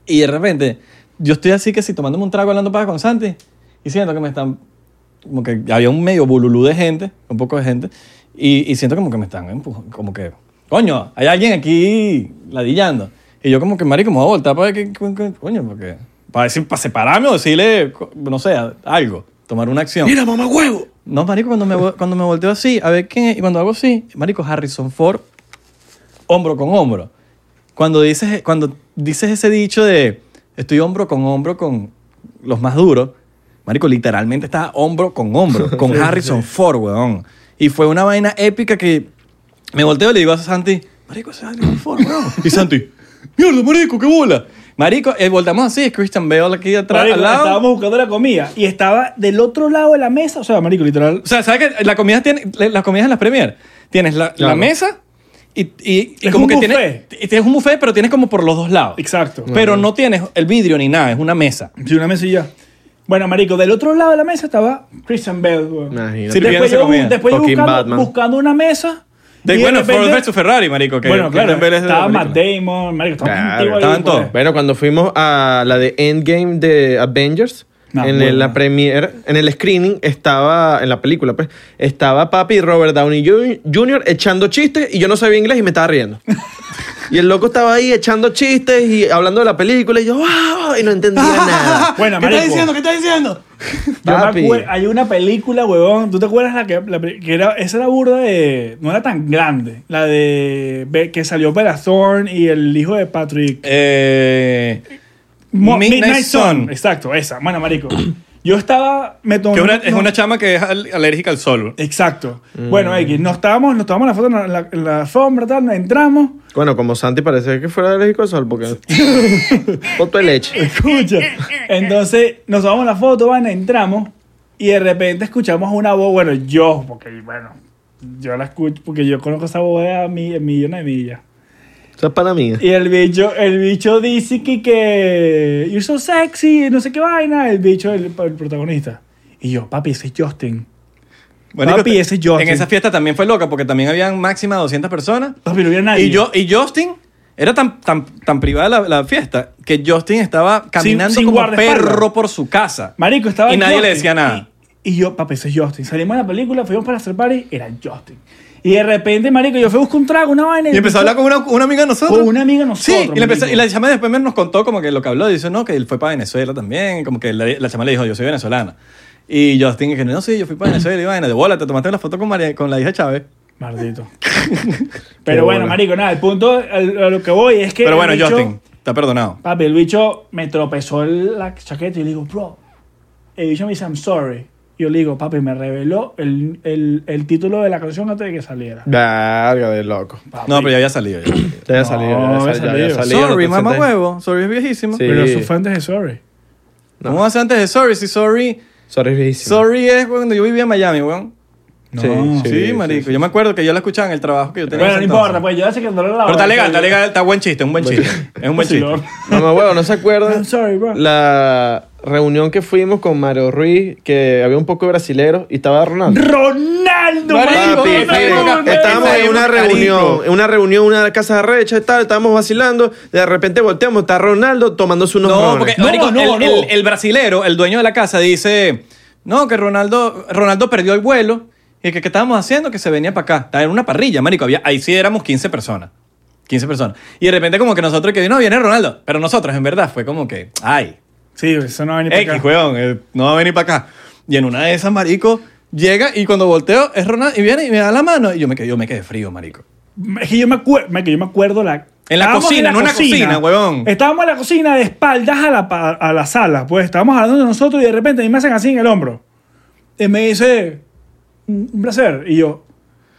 Y de repente, yo estoy así que si tomándome un trago hablando para con Santi y siento que me están. Como que había un medio bululú de gente, un poco de gente, y, y siento como que me están empujando, como que, coño, hay alguien aquí ladillando. Y yo, como que, marico, me voy a voltar para ver qué, qué- qué- coño, porque. Para, decir, para separarme o decirle, co- no sé, algo, tomar una acción.
Mira, mamá huevo.
No, marico, cuando me, vo- cuando me volteo así, a ver qué, y cuando hago así, marico, Harrison Ford, hombro con hombro. Cuando dices, cuando dices ese dicho de estoy hombro con hombro con los más duros, marico, literalmente estaba hombro con hombro con Harrison Ford, weón. Y fue una vaina épica que me volteo y le digo a Santi, marico, ese es Harrison Ford, weón. Y Santi, mierda, marico, qué bola. Marico, eh, voltamos así, es Christian Bale aquí atrás,
Marico,
al lado.
Estábamos buscando la comida y estaba del otro lado de la mesa. O sea, marico, literal.
O sea, ¿sabes que la comida tiene, la- las comidas en las premier? Tienes la, la
Claro.
mesa y, y, y
Es
como
un
que
buffet.
tienes. y tienes un buffet, pero tienes como por los dos lados.
Exacto.
Pero no tienes el vidrio ni nada, es una mesa.
Sí, una mesa y ya. Bueno, marico, del otro lado de la mesa estaba Christian Bell, weón.
Imagínate.
Sí,
Después
Sirviéndose
yo,
comida.
después yo
Fucking
buscando,
Batman.
buscando una mesa.
De-
y de
bueno,
repente-
Ford versus Ferrari, marico. Que
Bueno, claro.
Christian Bale es de la
Estaba
película.
Matt Damon, marico, estaba
Claro,
contigo ahí,
estaban
pues.
todos.
Bueno, cuando fuimos a la de Endgame de Avengers,
No,
en
muy
el- la
buena.
premiere, en el screening estaba, en la película, pues, estaba papi Robert Downey Jr. Jr. echando chistes y yo no sabía inglés y me estaba riendo. y el loco estaba ahí echando chistes y hablando de la película y yo, ¡ah! Y no entendía nada.
Bueno,
Ah, ¿Qué
marico.
estás diciendo? ¿Qué estás diciendo?
Yo me
Papi.
acuer- hay una película, huevón. ¿Tú te acuerdas la que, la pe- que era? Esa era burda de. No era tan grande. La de. Be- Que salió Bella Thorne y el hijo de Patrick.
Eh,
Mo-
Midnight Sun.
Exacto, esa. Bueno, marico. Yo estaba. Me tomé,
Que una- es
no-
una Mm. chama que es al- alérgica al sol.
Exacto. Bueno, X, nos estábamos, nos tomamos la foto en la, en la alfombra, tal, entramos.
Bueno, como Santi parece que fuera alérgico al sol, porque. Foto de leche.
Escucha. Entonces, nos tomamos la foto, van, entramos. Y de repente escuchamos una voz, bueno, yo, porque bueno, yo la escucho, porque yo conozco esa voz de a mi, millones de millas.
Eso es para mí.
Y el bicho, el bicho dice que, que you're so sexy, no sé qué vaina, el bicho, el, el protagonista. Y yo, papi, ese es Justin. Papi,
te-
ese es Justin.
En esa fiesta también fue loca porque también habían máxima 200 personas.
Papi, no había nadie.
Y, yo, y Justin era tan, tan, tan privada la, la fiesta que Justin estaba caminando
sin
como
guardaespaldas.
perro por su casa.
Marico, estaba
Y nadie le
Justin.
decía nada.
Y, y yo, papi, ese es Justin. Salimos de la película, fuimos para hacer party, era Justin. Y de repente, marico, yo fui a buscar un trago, una vaina.
Y empezó a hablar con una, una amiga de nosotros.
Con una amiga de nosotros,
Sí, y, le empezó-
marico.
y la chama después me- nos contó como que lo que habló. Dice, no, que él fue para Venezuela también. Como que la, la chama le dijo, yo soy venezolana. Y Justin que no, sí, yo fui para Venezuela. Y vaina, de bola, te tomaste una foto con, María, con la hija de Chávez.
Maldito.
Qué
Pero bueno,
bola.
marico, nada, el punto al- a lo que voy es que...
Pero
el
bueno,
bicho-
Justin, está perdonado.
Papi, el bicho me tropezó el- la chaqueta y le digo, bro. El bicho me dice, I'm sorry. Y yo le digo, papi, me reveló el, el- el título de la canción antes de que saliera.
Verga de loco.
Papi.
No, pero ya había salido. ya había salido.
Ya había salido, ya había
No, había
salido, ya había
salido.
salido,
sorry,
te
mamá
senté.
huevo. Sorry es viejísimo.
Sí.
Pero eso fue antes de Sorry.
¿Cómo va a ser antes de sorry? Si sorry...
Sorry, es viejísimo.
Sorry es cuando yo vivía en Miami, weón.
No.
Sí, sí.
Sí, marico.
sí,
yo me acuerdo que yo la escuchaba en el trabajo que yo tenía.
Bueno, no
en ese
importa,
entonces.
pues yo sé que no la
Pero está legal, está legal, está buen chiste, un buen chiste. Es un buen
Sí,
chiste.
lo-
Mamá huevo, ¿no se acuerdan?
I'm sorry, bro.
La reunión que fuimos con Mario Ruiz, que había un poco de brasileros y estaba Ronaldo.
Ronaldo,
Papi,
marico.
Marico,
mire,
marico,
estábamos en una
marico.
reunión, en una reunión, una casa de recha y tal, estábamos vacilando, de repente volteamos, está Ronaldo tomándose unos
No,
rones.
porque
No,
marico,
no,
el,
no.
el- el brasilero, el dueño de la casa, dice: No, que Ronaldo, Ronaldo perdió el vuelo y que ¿qué estábamos haciendo? Que se venía para acá. Estaba en una parrilla, marico. Había, ahí sí éramos 15 personas. 15 personas. Y de repente, como que nosotros que no, viene Ronaldo. Pero nosotros, en verdad, fue como que, ay,
Sí, eso no va ni para
X,
acá.
weón, eh, no va a venir para acá. Y en una de esas, marico, llega y cuando volteo es Ronaldo y viene y me da la mano. Y yo me quedé, yo me quedé frío, marico.
Es que yo me, acuer- me- que yo me acuerdo la...
En la
Estábamos
cocina, en una cocina, huevón.
Estábamos en la cocina de espaldas a la, pa- a la sala, pues estábamos hablando de nosotros y de repente a mí me hacen así en el hombro. Y me dice, un un placer. Y yo,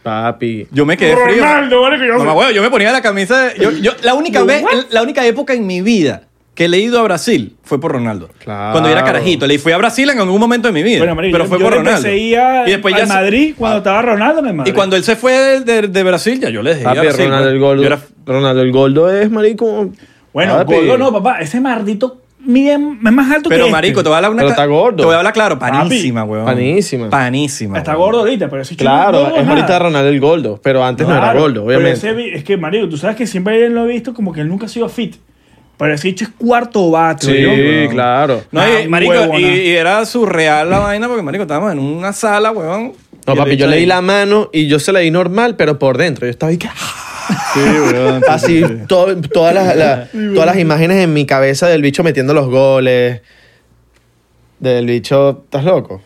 Papi.
Yo me quedé frío.
Ronaldo, vale que yo...
Mamá, huevo, yo me ponía la camisa. de- yo, yo- la, única
Yo,
vez,
what?
la única época en mi vida que le he ido a Brasil fue por Ronaldo.
Claro.
Cuando yo era carajito. Le fui a Brasil en algún momento de mi vida.
bueno, marico,
pero
yo-
fue
yo
por
le
Ronaldo.
perseguía al-
y después
al
ya. se- Ah.
Madrid cuando estaba Ronaldo me
y cuando él se fue de, de- de Brasil, ya yo le dejé. ir a
Papi,
Brasil,
Ronaldo
pues.
el
Yo
Goldo.
era-
Ronaldo el Goldo es marico.
Bueno,
Papi.
gordo no, papá. Ese mardito mide, es más alto que
Pero,
este.
marico, te voy a hablar una.
Pero
ca-
está gordo.
Te voy a hablar claro. Panísima, huevón.
panísima.
Panísima.
Está
huevón.
gordo ahorita, pero ese chico no
Claro,
gordo
es
nada.
ahorita Ronaldo el Goldo, pero antes no era
Claro,
Goldo,
pero
obviamente.
ese vi- es que, marico, tú sabes que siempre lo he visto como que él nunca ha sido fit. Pero ese bicho es cuarto bate.
Sí,
¿oyó?
claro.
No,
Ah,
y, marico,
huevona.
y, y era surreal la vaina porque, marico, estábamos en una sala, huevón.
No,
Y
papi,
el
yo
bicho
le di
ahí-
la mano y yo se la di normal, pero por dentro. Yo estaba ahí que... ah.
Sí, huevón.
Así, to- todas, las, la- todas las imágenes en mi cabeza del bicho metiendo los goles. Del bicho, ¿estás loco?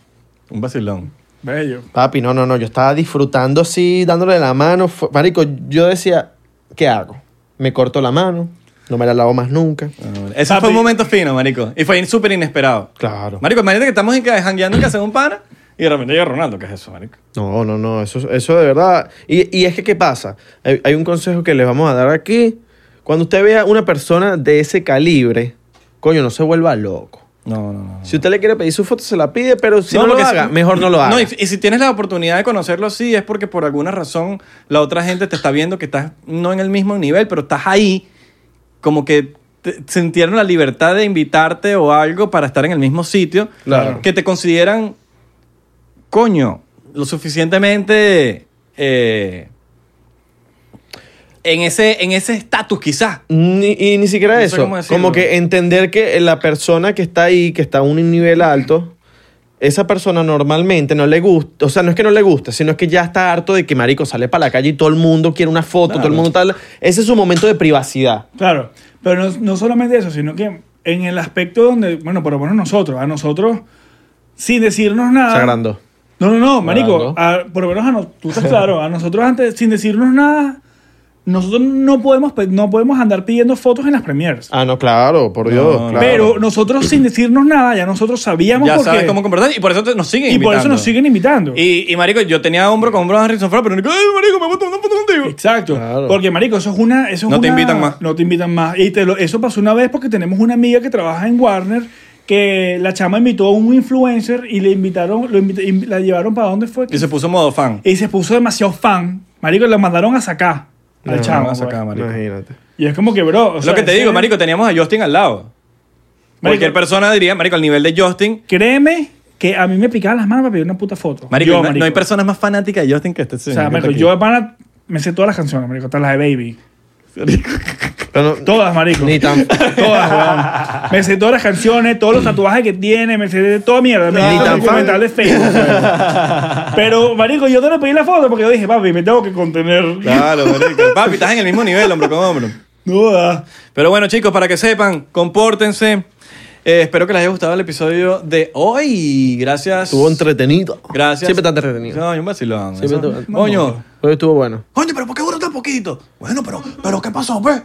Un vacilón.
Bello.
Papi, no, no, no. Yo estaba disfrutando así, dándole la mano. Fue- Marico, yo decía, ¿qué hago? Me corto la mano, no me la lavo más nunca.
Ah, Ese
Papi.
fue un momento fino, marico. Y fue in- súper inesperado.
Claro.
Marico, imagínate que estamos en ca- jangueando en casa de un pana y de repente llega Ronaldo. ¿Qué es eso, marico?
No, no, no, eso, eso de verdad. Y, y es que, ¿qué pasa? Hay, hay un consejo que les vamos a dar aquí. Cuando usted vea una persona de ese calibre, coño, no se vuelva loco.
No, no, no.
Si usted le quiere pedir su foto, se la pide, pero si no, lo
porque
haga, mejor no lo haga.
No, y, y si tienes la oportunidad de conocerlo así, es porque por alguna razón la otra gente te está viendo que estás no en el mismo nivel, pero estás ahí como que te- sintieron la libertad de invitarte o algo para estar en el mismo sitio.
Claro.
Que te consideran, coño, lo suficientemente eh, en ese en ese estatus quizás.
Ni- y ni siquiera
No sé
eso.
cómo decirlo.
como que entender que la persona que está ahí, que está a un nivel alto, esa persona normalmente no le gusta. O sea, no es que no le gusta, sino es que ya está harto de que Marico sale para la calle y todo el mundo quiere una foto,
Claro.
todo el mundo tal. Ese es su momento de privacidad.
Claro. Pero no, no solamente eso, sino que en el aspecto donde, bueno, por lo menos nosotros, a nosotros, sin decirnos nada.
Se agrandó.
No, no, no, marico.
Agrandó.
a- por lo menos a nosotros, tú estás claro, a nosotros antes, sin decirnos nada, nosotros no podemos, pe- no podemos andar pidiendo fotos en las premiers.
Ah, no, claro, por
No,
Dios.
no,
claro.
Pero nosotros sin decirnos nada, ya nosotros sabíamos
Ya
por
sabes
qué.
cómo comportar y por eso te- nos siguen
y por eso
invitando.
nos siguen invitando.
Y, y, marico, yo tenía hombro con hombro a Harrison Ford, pero no, ay, marico, me voy a tomar una foto contigo.
Exacto.
Claro.
Porque, marico, eso es una. Eso es
No te
una-
invitan más.
No te invitan más. Y te lo- eso pasó una vez porque tenemos una amiga que trabaja en Warner que la chama invitó a un influencer y le invitaron, lo invita- inv- la llevaron para dónde fue.
Y se puso modo fan.
Y se puso demasiado fan. Marico, la mandaron a sacar. Al
No,
chamo,
a sacar,
güey.
marico.
Imagínate.
Y es como que, bro. o
Es
sea,
lo que te
ese-
digo, marico, teníamos a Justin al lado. Cualquier persona diría, marico, al nivel de Justin,
Créeme que a mí me picaban las manos para pedir una puta foto.
marico,
Yo,
no, no hay personas más fanáticas de Justin que este
O
señor.
sea,
que está
marico,
aquí.
yo de pana me sé todas las canciones, marico. Hasta las de Baby.
Pero no-
Todas, marico.
ni tan.
Todas, weón. Me sé todas las canciones, todos los tatuajes que tiene, me sé de toda mierda. Me
Ni
hice
tan
un documental de Facebook. weón. Pero, marico, yo te lo pedí la foto porque yo dije, papi, me tengo que contener.
Claro, marico. Papi, estás en el mismo nivel, hombro con hombro.
No da.
Pero bueno, chicos, para que sepan, compórtense. Eh, espero que les haya gustado el episodio de hoy. Gracias.
Estuvo entretenido.
Gracias.
Siempre está entretenido.
No, yo un vacilón.
Siempre
Eso-
estuvo-
Coño.
Hoy estuvo bueno.
Coño, pero ¿por qué dura tan poquito? Bueno, pero, pero ¿qué pasó, pues?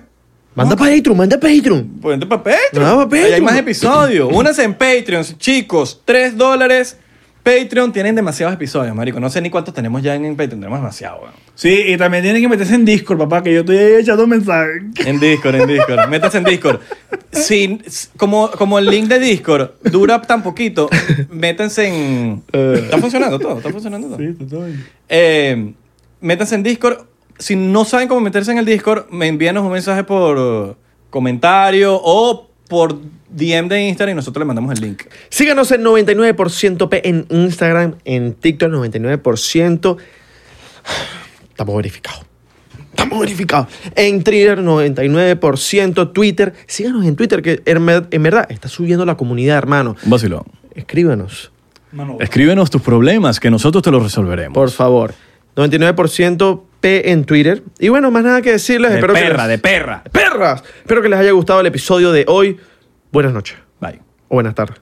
Manda Patreon, manda Patreon.
Pues vente para Patreon.
No, pa' Patreon.
Ahí hay más episodios. Únanse en Patreon, chicos. 3 dólares. Patreon tienen demasiados episodios, marico. No sé ni cuántos tenemos ya en en Patreon. Tenemos demasiado, weón.
Sí, y también tienen que meterse en Discord, papá, que yo estoy ahí echando mensajes.
En Discord, en Discord. Métanse en Discord. Si, como, como el link de Discord dura tan poquito, métanse en...
Eh.
Está funcionando todo, está funcionando todo.
Sí, total.
Eh, métanse en Discord. Si no saben cómo meterse en el Discord, me envíanos un mensaje por eh, comentario o por DM de Instagram y nosotros le mandamos el link.
Síganos en 99% P en Instagram, en TikTok 99%. Estamos verificados. Estamos verificados. En Twitter 99%, Twitter. Síganos en Twitter que en ver- en verdad está subiendo la comunidad, hermano.
Vacilón.
Escríbanos.
Mano,
Escríbenos tus problemas que nosotros te los resolveremos.
Por favor. 99% P en Twitter. Y bueno, más nada que decirles.
de
espero que
perra,
les-
de perra.
perras. Espero que les haya gustado el episodio de hoy. Buenas noches
Bye.
o buenas tardes.